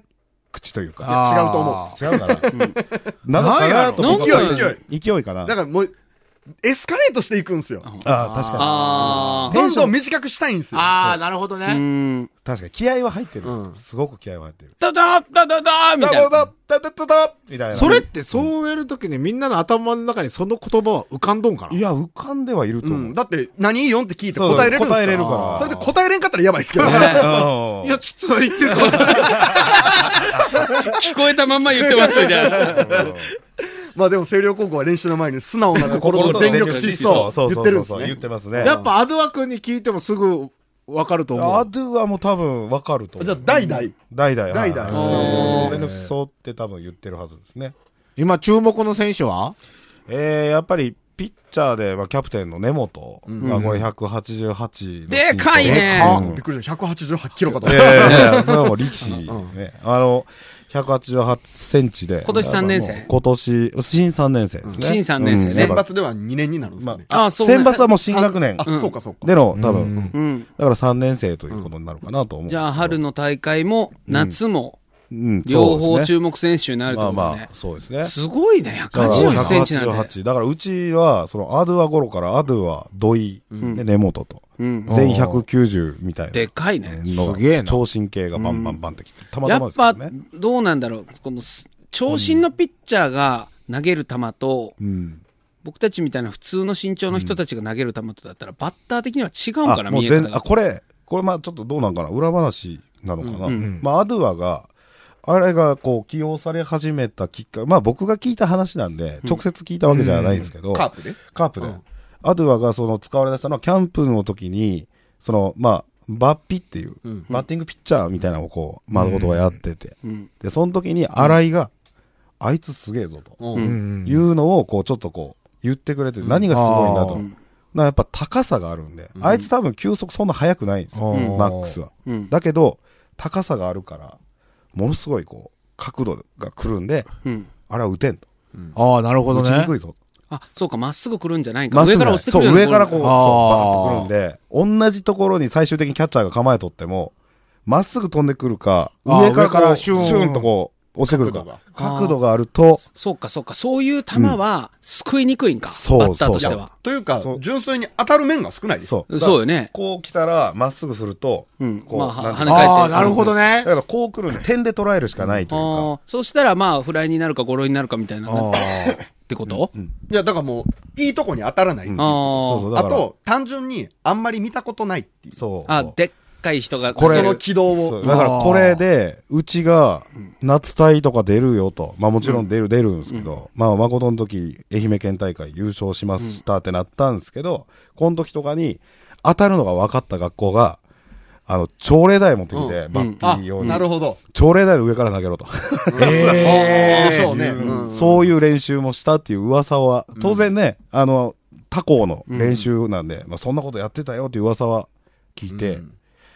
Speaker 5: 口というか。
Speaker 2: あー
Speaker 5: 違うと思う。違うから。なのかなと思
Speaker 4: なんやろ
Speaker 5: った
Speaker 3: 勢
Speaker 5: 勢いかな。
Speaker 3: だからもう、エスカレートしていくんですよ。
Speaker 5: ああ、確か
Speaker 4: あ
Speaker 3: どんどん短くしたいんですよ。
Speaker 2: ああ、なるほど
Speaker 4: あ。う
Speaker 2: ね。
Speaker 4: ん。
Speaker 5: に。確かに。気合は入ってる
Speaker 3: う。ん
Speaker 5: すごく気合は入ってる。
Speaker 4: だだだだだみ
Speaker 5: だ
Speaker 4: たいな。
Speaker 5: だだだだだみたいな。
Speaker 2: それってそうやるときにみんなの頭の中にその言葉は浮かんどんか
Speaker 5: いや、浮かんではいると
Speaker 3: う
Speaker 5: 思う。
Speaker 3: ん、だって、何よんって聞いて
Speaker 5: そう
Speaker 3: 答えれるんですか
Speaker 5: 答えれるから
Speaker 3: それで答えれんかったらやばいですけど ね。
Speaker 2: な。
Speaker 5: あ
Speaker 2: いや、ちょっと言ってるから。
Speaker 4: 聞こえたまんま言ってますよ、じゃあ。
Speaker 3: まあでも、星稜高校は練習の前に素直な心と全力疾
Speaker 5: そうそう
Speaker 3: 走言ってるんです
Speaker 5: そうそうそう言っ
Speaker 3: ね。
Speaker 5: てますね。
Speaker 2: やっぱアドワ君に聞いてもすぐわかると思
Speaker 5: ア
Speaker 2: う。
Speaker 5: ドゥはもう多分わかると思う。
Speaker 3: じゃあ、代々。
Speaker 5: 代々。
Speaker 3: 代々
Speaker 5: 々。全力そうって多分言ってるはずですね。
Speaker 2: 今注目の選手は
Speaker 5: えー、やっぱり、ピッチャーで、まあ、キャプテンの根本がこれ188の
Speaker 4: でかいね
Speaker 5: うん
Speaker 3: びっくりした。188キロかと
Speaker 5: え
Speaker 3: 思った。
Speaker 5: えそれはもう力士、ね。あの、188センチで。
Speaker 4: 今年3年生
Speaker 5: もう今年、新3年生ですね。
Speaker 4: 新3年生ね
Speaker 3: 選
Speaker 5: うん
Speaker 3: 抜では2年になるんです
Speaker 5: ま
Speaker 3: かね。
Speaker 5: あ、
Speaker 4: あそう
Speaker 5: 選抜はもう新学年
Speaker 3: あ、そうかそうか。
Speaker 5: での、多分、
Speaker 4: うん。
Speaker 5: だから3年生ということになるかなと思う。
Speaker 4: じゃあ、春の大会も、夏も、
Speaker 5: うん、
Speaker 4: 両方
Speaker 5: 中
Speaker 4: 注目選手になると
Speaker 5: まあ
Speaker 4: 思う
Speaker 5: ま
Speaker 4: ね
Speaker 5: あ、。そうですね。
Speaker 4: すごいね、
Speaker 5: だから
Speaker 4: 180センチなんて。
Speaker 5: 188だからうちは、その、アドゥア頃から、アドゥア、土井、で根本と、
Speaker 4: うん。
Speaker 5: 全員190みたいな。
Speaker 4: でかいね。
Speaker 5: の
Speaker 2: すげえな
Speaker 5: 超神経がバンバンバンってきて、たま
Speaker 4: や
Speaker 5: たま
Speaker 4: っ
Speaker 5: ですけど
Speaker 4: ぱ
Speaker 5: ね。、
Speaker 4: どうなんだろう。このす、長身のピッチャーが投げる球と、
Speaker 5: うん。
Speaker 4: 僕たちみたいな普通の身長の人たちが投げる球とだったら、バッター的には違うんかな、
Speaker 5: あ、もう
Speaker 4: 見え方
Speaker 5: 全、あ、
Speaker 4: が。
Speaker 5: これ、これまあちょっとどうなんかな、裏話なのかな。
Speaker 4: うんう
Speaker 5: まあアドゥアが、あれがこう起用され始めたきっかけ、まあ僕が聞いた話なんで、直接聞いたわけじゃないんですけど、
Speaker 3: カープで
Speaker 5: カープで。
Speaker 3: うん
Speaker 5: アドゥアがその使われ出したのはキャンプの時に、その、まあ、バッピっていう、
Speaker 3: ん
Speaker 5: バッティングピッチャーみたいなのをこう、丸ごとがやってて、
Speaker 4: うん。
Speaker 5: で、その時に新井が、あいつすげえぞと、
Speaker 2: う
Speaker 4: う。
Speaker 2: んん
Speaker 5: い。うのをこう、ちょっとこう、言ってくれて、何がすごいんだと。
Speaker 2: うん
Speaker 5: なやっぱ高さがあるんで、あいつ多分球速そんな速くないんですよ、
Speaker 2: うん
Speaker 5: マックスは。
Speaker 4: うん。
Speaker 5: だけど、高さがあるから、ものすごいこう、角度が来るんで、
Speaker 4: うん。
Speaker 5: あれは打てんと。
Speaker 2: ああ、なるほど
Speaker 5: 打ちに
Speaker 2: ね
Speaker 5: く。いぞ。
Speaker 4: あ、そうか、まっすぐ来るんじゃないん
Speaker 5: ま
Speaker 4: か。
Speaker 5: っす
Speaker 4: 上
Speaker 5: ぐ
Speaker 4: か
Speaker 5: な
Speaker 4: ら
Speaker 5: い
Speaker 4: 落ちてくる
Speaker 5: そう、上からこう、
Speaker 4: う
Speaker 5: そう
Speaker 4: な
Speaker 2: ボ
Speaker 4: ボール
Speaker 5: バーンと来るんで、同じところに最終的にキャッチャーが構えとっても、まっすぐ飛んでくるか、
Speaker 2: あー
Speaker 5: 上から
Speaker 2: 上か
Speaker 5: こ
Speaker 2: ら
Speaker 5: う、
Speaker 2: シ
Speaker 5: シ
Speaker 2: ュ
Speaker 5: ュ
Speaker 2: ーン
Speaker 5: ーンとこう、落ちてくる
Speaker 3: 角度が。
Speaker 5: か角度があると、
Speaker 4: そうか、そうか。そういう球は、救いにくいんか。
Speaker 5: そう
Speaker 4: バッターとして
Speaker 5: そう
Speaker 4: は。
Speaker 3: というか
Speaker 5: そ、う
Speaker 3: 純粋に当たる面が少ないです。
Speaker 5: そう。
Speaker 4: そうよね。
Speaker 5: こう来たら、まっすぐ振ると、
Speaker 4: うん。
Speaker 5: こう
Speaker 4: まあ、
Speaker 5: な
Speaker 4: は
Speaker 5: んて
Speaker 4: 跳ね返って。
Speaker 2: ああ、なるほど
Speaker 5: だ
Speaker 2: ね。
Speaker 5: からこう来るんで、点で捉えるしかないというか。
Speaker 4: ああ。そしたら、まあ、フライになるか、ゴロになるかみたいな。
Speaker 2: あ
Speaker 4: ってこと
Speaker 3: いや、だからもう、いいとこに当たらない。
Speaker 5: うん
Speaker 3: あ
Speaker 5: そうそ
Speaker 4: あ
Speaker 5: うだから
Speaker 3: と、単純に、あんまり見たことないっていう。
Speaker 5: そう。
Speaker 4: あ。あ、でっかい人が。
Speaker 5: こ
Speaker 4: そ
Speaker 5: れ
Speaker 3: そ
Speaker 4: の
Speaker 3: の軌道
Speaker 5: そ
Speaker 3: を
Speaker 5: う。だからこれで、うちが夏大とか出るよと、まあもちろん出る、出るんですけど、まあ誠の時、愛媛県大会優勝しましたってなったんですけど、この時とかに当たるのが分かった学校が、あの、朝礼台持ってきて、バッテリー用に
Speaker 3: な。るほど。
Speaker 5: 朝礼台の上から投げろと。
Speaker 3: ええ。そうね。うん
Speaker 5: そういう練習もしたっていう噂は、当然ね、あの、他校の練習なんで、まあそんなことやってたよっていう噂は聞いて、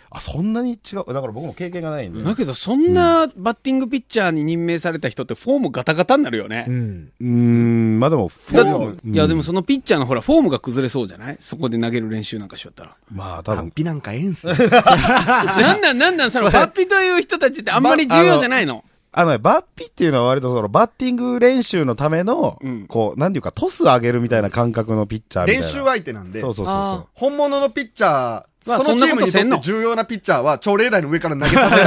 Speaker 5: あ、そんなに違う。だから僕も経験がないんで。
Speaker 4: だけど、そんなバッティングピッチャーに任命された人って、フォームガタガタになるよね
Speaker 2: う。ん。
Speaker 5: うーん、まあでも、フ
Speaker 4: だ
Speaker 5: ォ
Speaker 4: って
Speaker 5: ーム。
Speaker 4: いや、でもそのピッチャーのほら、フォームが崩れそうじゃないそこで投げる練習なんかしよった ら。
Speaker 5: まあ多分、
Speaker 3: ピなんかええんすね
Speaker 4: なんなん、なんなん、その、バッピという人たちってあんまり重要じゃないの。
Speaker 5: あのね、バッピっていうのは割とそのバッティング練習のための、
Speaker 4: うん
Speaker 5: こう、なんていうか、トス上げるみたいな感覚のピッチャーみ たい
Speaker 3: 練
Speaker 5: な。
Speaker 3: 習相手なんで
Speaker 5: そ、うそうそう
Speaker 4: あ
Speaker 5: そ
Speaker 3: 本物のピッチャ
Speaker 4: まあ
Speaker 3: ー、そのチームにと
Speaker 4: そんな
Speaker 3: っ
Speaker 4: こと
Speaker 3: て重要なピッチャーは、朝礼台の上から投げさせられ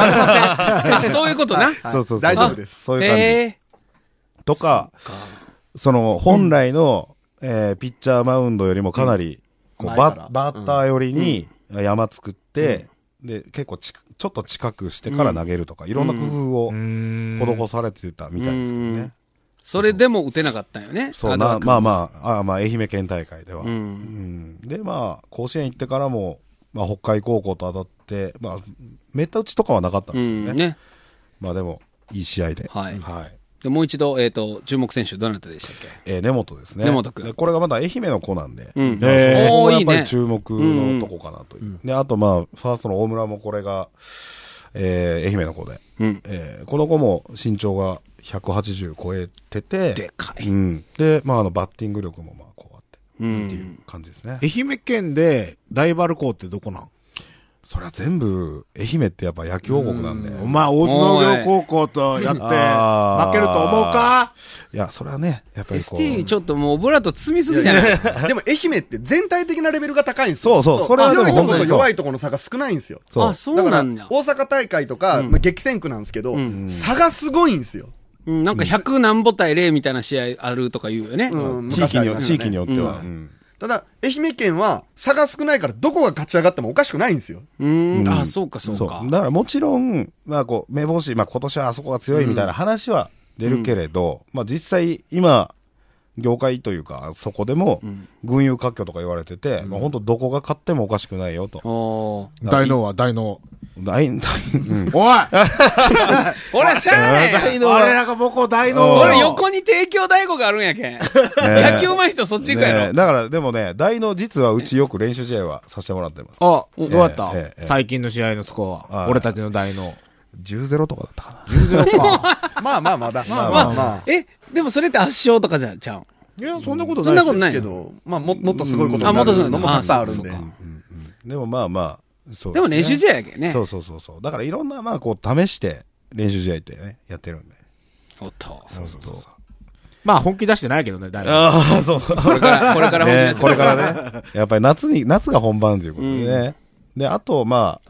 Speaker 3: ません。
Speaker 4: あ、そういうことな。
Speaker 5: う。
Speaker 3: はい
Speaker 5: そうそうそう。
Speaker 3: 大丈夫です
Speaker 5: あそういう感じ。
Speaker 4: へえ。
Speaker 5: とか、その、本来の、えーピッチャーマウンドよりもかなり、こう
Speaker 3: 前か
Speaker 5: バ
Speaker 3: ら
Speaker 5: バッター寄りに山作って、で、結構ちく、ちょっと近くしてから投げるとか、いろんな工夫を施されてたみたいですけどね。
Speaker 4: それでも打てなかったんよね。
Speaker 5: そう
Speaker 4: アド
Speaker 5: な、
Speaker 4: ワ君
Speaker 5: まあまあ、ああまあ、愛媛県大会では。
Speaker 4: うん。
Speaker 5: うんで、まあ、甲子園行ってからも、まあ、北海高校と当たって、まあ、めった打ちとかはなかったん
Speaker 4: う
Speaker 5: ですけどね。
Speaker 4: ん。ね。
Speaker 5: まあ、でも、いい試合で。
Speaker 4: はい
Speaker 5: はい。
Speaker 4: で、もう一度、えっと、注目選手、どなたでしたっけ
Speaker 5: えー根本ですね。
Speaker 4: 根本君
Speaker 5: でこれがまだ愛媛の子なんで。
Speaker 4: うん
Speaker 5: まあそこ
Speaker 4: お
Speaker 5: も
Speaker 4: ー
Speaker 5: や
Speaker 4: い
Speaker 5: っ
Speaker 4: い
Speaker 5: ぱ
Speaker 4: ね
Speaker 5: り注目のとこかなという。で、あと、まあ、ファーストの大村もこれが、えー愛媛の子で。
Speaker 4: うん。
Speaker 5: えーこの子も身長が180超えてて。
Speaker 4: でか
Speaker 5: う
Speaker 4: い。
Speaker 5: ん。で、まあ、あの、バッティング力も、まあ、こうあって。
Speaker 4: う
Speaker 5: ってい
Speaker 4: ん。
Speaker 5: う感じですね。
Speaker 2: 愛媛県でライバル校ってどこなん
Speaker 5: そりゃ全部、愛媛ってやっぱ野球王国なんで。
Speaker 2: お前、大津農業高校とやって、
Speaker 5: あー
Speaker 2: 負けると思うか
Speaker 5: いや、それはね、やっぱりこう。
Speaker 4: ST ちょっともうオブラート包みすぎじゃない
Speaker 6: でも愛媛って全体的なレベルが高いんですよ。
Speaker 5: そうそうそれはでも
Speaker 6: 強いところ
Speaker 5: 本当
Speaker 6: と
Speaker 5: にそう
Speaker 6: 弱いところの差が少ないんですよ。
Speaker 5: そう
Speaker 4: あ、そうなん
Speaker 6: だ
Speaker 4: だ
Speaker 6: か。ら大阪大会とか、
Speaker 4: ん
Speaker 6: まあ、激戦区なんですけど、
Speaker 4: うん
Speaker 6: 差がすごいんですよ。
Speaker 4: うん、なんか100何歩対0みたいな試合あるとか言うよね。
Speaker 6: うん
Speaker 5: 地域によ、
Speaker 6: 昔ありましたね
Speaker 5: 地域によっては。
Speaker 4: う
Speaker 5: うん
Speaker 6: ただ、愛媛県は差が少ないからどこが勝ち上がってもおかしくないんですよ。
Speaker 4: うん。
Speaker 5: うん
Speaker 4: あ、そうか、そうか。
Speaker 5: だからもちろん、まあこう、目星、まあ今年はあそこが強いみたいな話は出るけれど、まあ実際今、業界というか、そこでも、群雄割拠とか言われてて、まあ本当どこが勝ってもおかしくないよと。
Speaker 4: おー
Speaker 2: 大脳は大脳。
Speaker 5: 大、大、うん
Speaker 2: おい
Speaker 4: ほら、しゃあないやん。
Speaker 5: 大の
Speaker 2: 我らが母校大脳
Speaker 4: ほら、横に帝京大悟があるんやけん。野球うまい人そっち行くや
Speaker 5: ね
Speaker 4: ろ。
Speaker 5: だからでもね、大の実はうちよく練習試合はさせてもらってます。
Speaker 2: あ、どうやった
Speaker 5: ええええ
Speaker 2: 最近の試合のスコア
Speaker 5: は
Speaker 2: は。
Speaker 5: い
Speaker 2: 俺たちの大脳。
Speaker 5: 10-0とかだったかな。
Speaker 2: 10-0か。
Speaker 6: まあまあまだ。まあ
Speaker 5: ま
Speaker 6: ま
Speaker 5: あ
Speaker 6: あま
Speaker 4: え、でもそれって圧勝とかじゃちゃうん。
Speaker 2: いや、そんなこと
Speaker 6: あ。
Speaker 4: そんなこと
Speaker 6: で
Speaker 4: な
Speaker 6: す
Speaker 4: い
Speaker 6: け
Speaker 4: の
Speaker 6: ど、まあももっとすごいことにな
Speaker 4: あもっとすごい
Speaker 6: る
Speaker 4: の
Speaker 6: のもたくさんあるんで
Speaker 4: あそうか。
Speaker 5: でもまあまあ、そう
Speaker 4: でも練習
Speaker 5: 合
Speaker 4: 試合やけんね。
Speaker 5: そうそうそうそう。だからいろんな、まあこう、試して練習試合ってね、やってるんで。
Speaker 4: おっと。
Speaker 5: そうそうそう。
Speaker 2: まあ、本気出してないけどね、大脳。
Speaker 5: ああ、そう。
Speaker 4: これから、これから本気
Speaker 5: ね
Speaker 4: で、す
Speaker 5: これからね。やっぱり夏に、夏が本番ということでね。で、あと、ま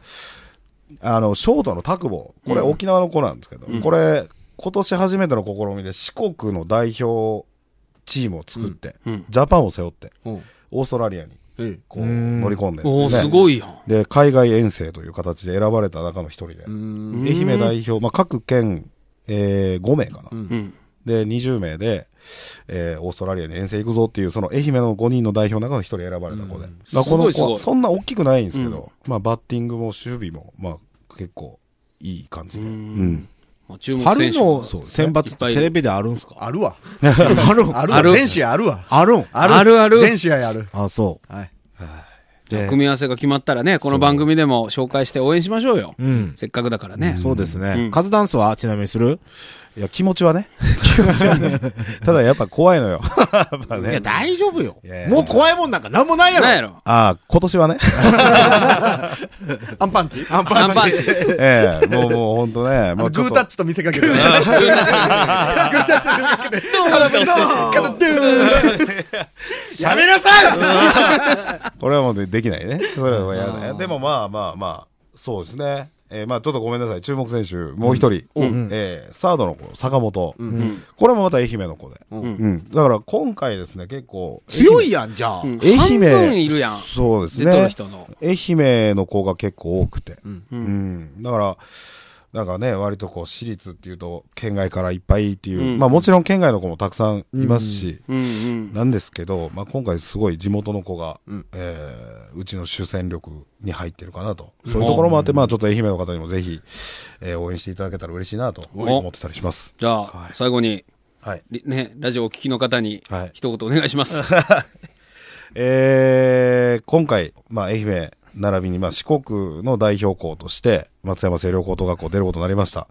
Speaker 5: あ、あの、ショートのタクボー。これ沖縄の子なんですけど、これ、今年初めての試みで四国の代表チームを作って、
Speaker 4: うんうん
Speaker 5: ジャパンを背負って、
Speaker 4: おう
Speaker 5: オーストラリアに、
Speaker 4: うん
Speaker 5: こう、乗り込んでるん
Speaker 4: お
Speaker 5: で
Speaker 4: ー
Speaker 5: すね。
Speaker 4: すごいやん。
Speaker 5: で、海外遠征という形で選ばれた中の一人で、
Speaker 4: ん
Speaker 5: 愛媛代表、まあ、各県、えー5名かな。
Speaker 4: うん。
Speaker 5: で、20名で、えーオーストラリアに遠征行くぞっていう、その愛媛の5人の代表の中の1人選ばれた子で。だからこの
Speaker 4: すごいすご
Speaker 5: 子
Speaker 4: い
Speaker 5: は、そんな大きくないんですけど、まあ、バッティングも守備も、まあ、結構いい感じで。うん。
Speaker 4: まあ注目
Speaker 2: 春
Speaker 4: 選手も
Speaker 2: の選抜ってテレビであるんすか
Speaker 6: あるわ。
Speaker 2: あるん
Speaker 6: ある
Speaker 4: あ
Speaker 6: わ。
Speaker 4: る
Speaker 6: 全試合あるわ。
Speaker 2: あるん
Speaker 6: ある
Speaker 4: あるある
Speaker 6: 全試合ある。
Speaker 2: あ、そ
Speaker 6: はい。
Speaker 5: で、
Speaker 4: 組み合わせが決まったらね、この番組でも紹介して応援しましょうよ。
Speaker 2: う。うん。
Speaker 4: せっかくだからね。
Speaker 2: そうです
Speaker 4: う
Speaker 2: ね
Speaker 4: ん。
Speaker 2: カズダンスはちなみにする
Speaker 5: いや、気持ちはね。 気持ちはね。ただ、やっぱ怖いのよ。やっぱ
Speaker 2: いや、
Speaker 5: ね。
Speaker 2: 大丈夫よ
Speaker 5: いやい。や
Speaker 2: もう怖いもんなんかなんもないやろ
Speaker 4: なんや ろ
Speaker 5: ああ、今年はね。
Speaker 6: アンパンチ
Speaker 2: アン
Speaker 4: ア
Speaker 2: パン
Speaker 4: ン
Speaker 2: チ
Speaker 4: パンチ。
Speaker 5: ええもう、もう、ほんとね。
Speaker 6: あ
Speaker 5: も
Speaker 6: の
Speaker 5: うち
Speaker 6: グ
Speaker 5: ょ
Speaker 6: ー
Speaker 5: っと
Speaker 6: タッチと見せかけてね。グータッチと見せかけて。肩ドゥーン
Speaker 2: 喋りなさい
Speaker 5: これはもうでできな いね。それはやだね。でもまあまあまあ、そうですね。えーまあちょっとごめんなさい。注目選手、もう一人。えーサードの子、坂本、これもまた愛媛の子で。うん。だから今回ですね、結構。
Speaker 2: 強いやん、じゃあ。
Speaker 5: 愛媛。
Speaker 4: 半分いるやん
Speaker 5: そうですね。
Speaker 4: 出とる人の。
Speaker 5: 愛媛の子が結構多くて。うん。だから、だからね、割とこう、私立っていうと、県外からいっぱいっていう。
Speaker 4: うん
Speaker 5: まあもちろん県外の子もたくさんいますし。
Speaker 4: うんうん。
Speaker 5: なんですけど、まあ、今回すごい地元の子が、うえーうちの主戦力に入ってるかなと。そういうところもあって、まあ、ちょっと愛媛の方にもぜひ、えー応援していただけたら嬉しいなと
Speaker 4: お
Speaker 5: 思ってたりします。
Speaker 4: じゃあ
Speaker 5: はい、
Speaker 4: 最後に、
Speaker 5: はい。
Speaker 4: りね、ラジオをお聞きの方に
Speaker 5: はい、
Speaker 4: 一言お願いし ます。
Speaker 5: えー今回、まあ、愛媛並びに、まあ、四国の代表校として、松山清涼高等学校出ることになりました。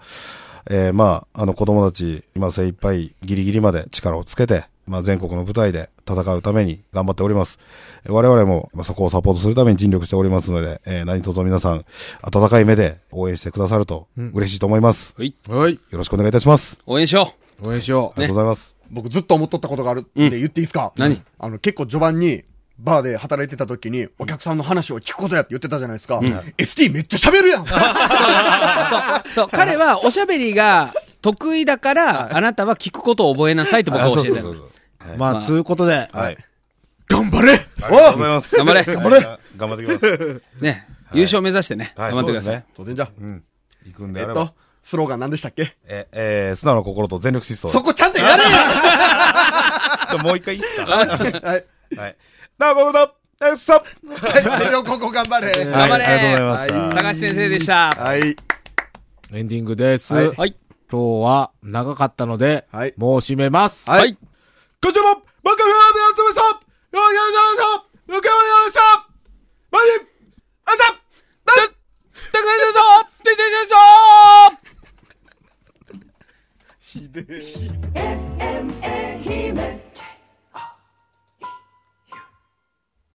Speaker 5: えーまあ、あの子供たち、今精一杯ギリギリまで力をつけて、まあ、全国の舞台で戦うために頑張っております。えー我々も、まあ、そこをサポートするために尽力しておりますので、えー何卒皆さん、温かい目で応援してくださると嬉しいと思います。
Speaker 4: はい
Speaker 2: はい。
Speaker 5: よろしくお願いいたします。
Speaker 4: 応援しよ
Speaker 2: 応援しよ
Speaker 5: ありがとうございます。
Speaker 6: 僕ずっと思っとったことがあるって言っていいですか、
Speaker 4: 何
Speaker 6: あの、結構序盤に、バーで働いてた時に、お客さんの話を聞くことやって言ってたじゃないですか。ST めっちゃ喋る やん
Speaker 4: う。そう、彼はおしゃべりが得意だから、あなたは聞くことを覚えなさいと僕は教えてる。
Speaker 5: う。
Speaker 2: う。まあ、つうことで、
Speaker 5: はい。
Speaker 2: 頑張れ
Speaker 5: ありがとうございます。
Speaker 4: 頑張れ
Speaker 5: 頑張れ頑張ってきます。
Speaker 4: ね、優勝目指してね、
Speaker 5: はい、
Speaker 4: 頑張ってくださ
Speaker 5: そ
Speaker 4: い。
Speaker 5: うですね
Speaker 6: 当然じゃ。
Speaker 5: うん。行くんで
Speaker 6: え
Speaker 5: あ
Speaker 6: っ
Speaker 5: れ
Speaker 6: と
Speaker 5: ば。、
Speaker 6: スローガン何でしたっけ
Speaker 5: え、えー、素直な心と全力疾走。
Speaker 6: そこちゃんと やれ
Speaker 5: ちょもう一回いいっすかはい。
Speaker 6: やはい。
Speaker 5: なあ、このだえっさ
Speaker 6: はい。それをここ頑張れ。
Speaker 4: 頑張れ
Speaker 5: ありがとうございました。
Speaker 4: 高橋先生でした。
Speaker 6: はい。
Speaker 2: エンディングです。
Speaker 6: はい
Speaker 4: はい。
Speaker 2: 今日は長かったので、
Speaker 6: はい
Speaker 2: もう締めます。
Speaker 6: はい
Speaker 4: はい。
Speaker 2: こちらも、バカフェアで集めさんよいしょよいしょよいしょよいしょよいしょよいしょ
Speaker 4: あざだ高橋先生でした
Speaker 6: ひでえ。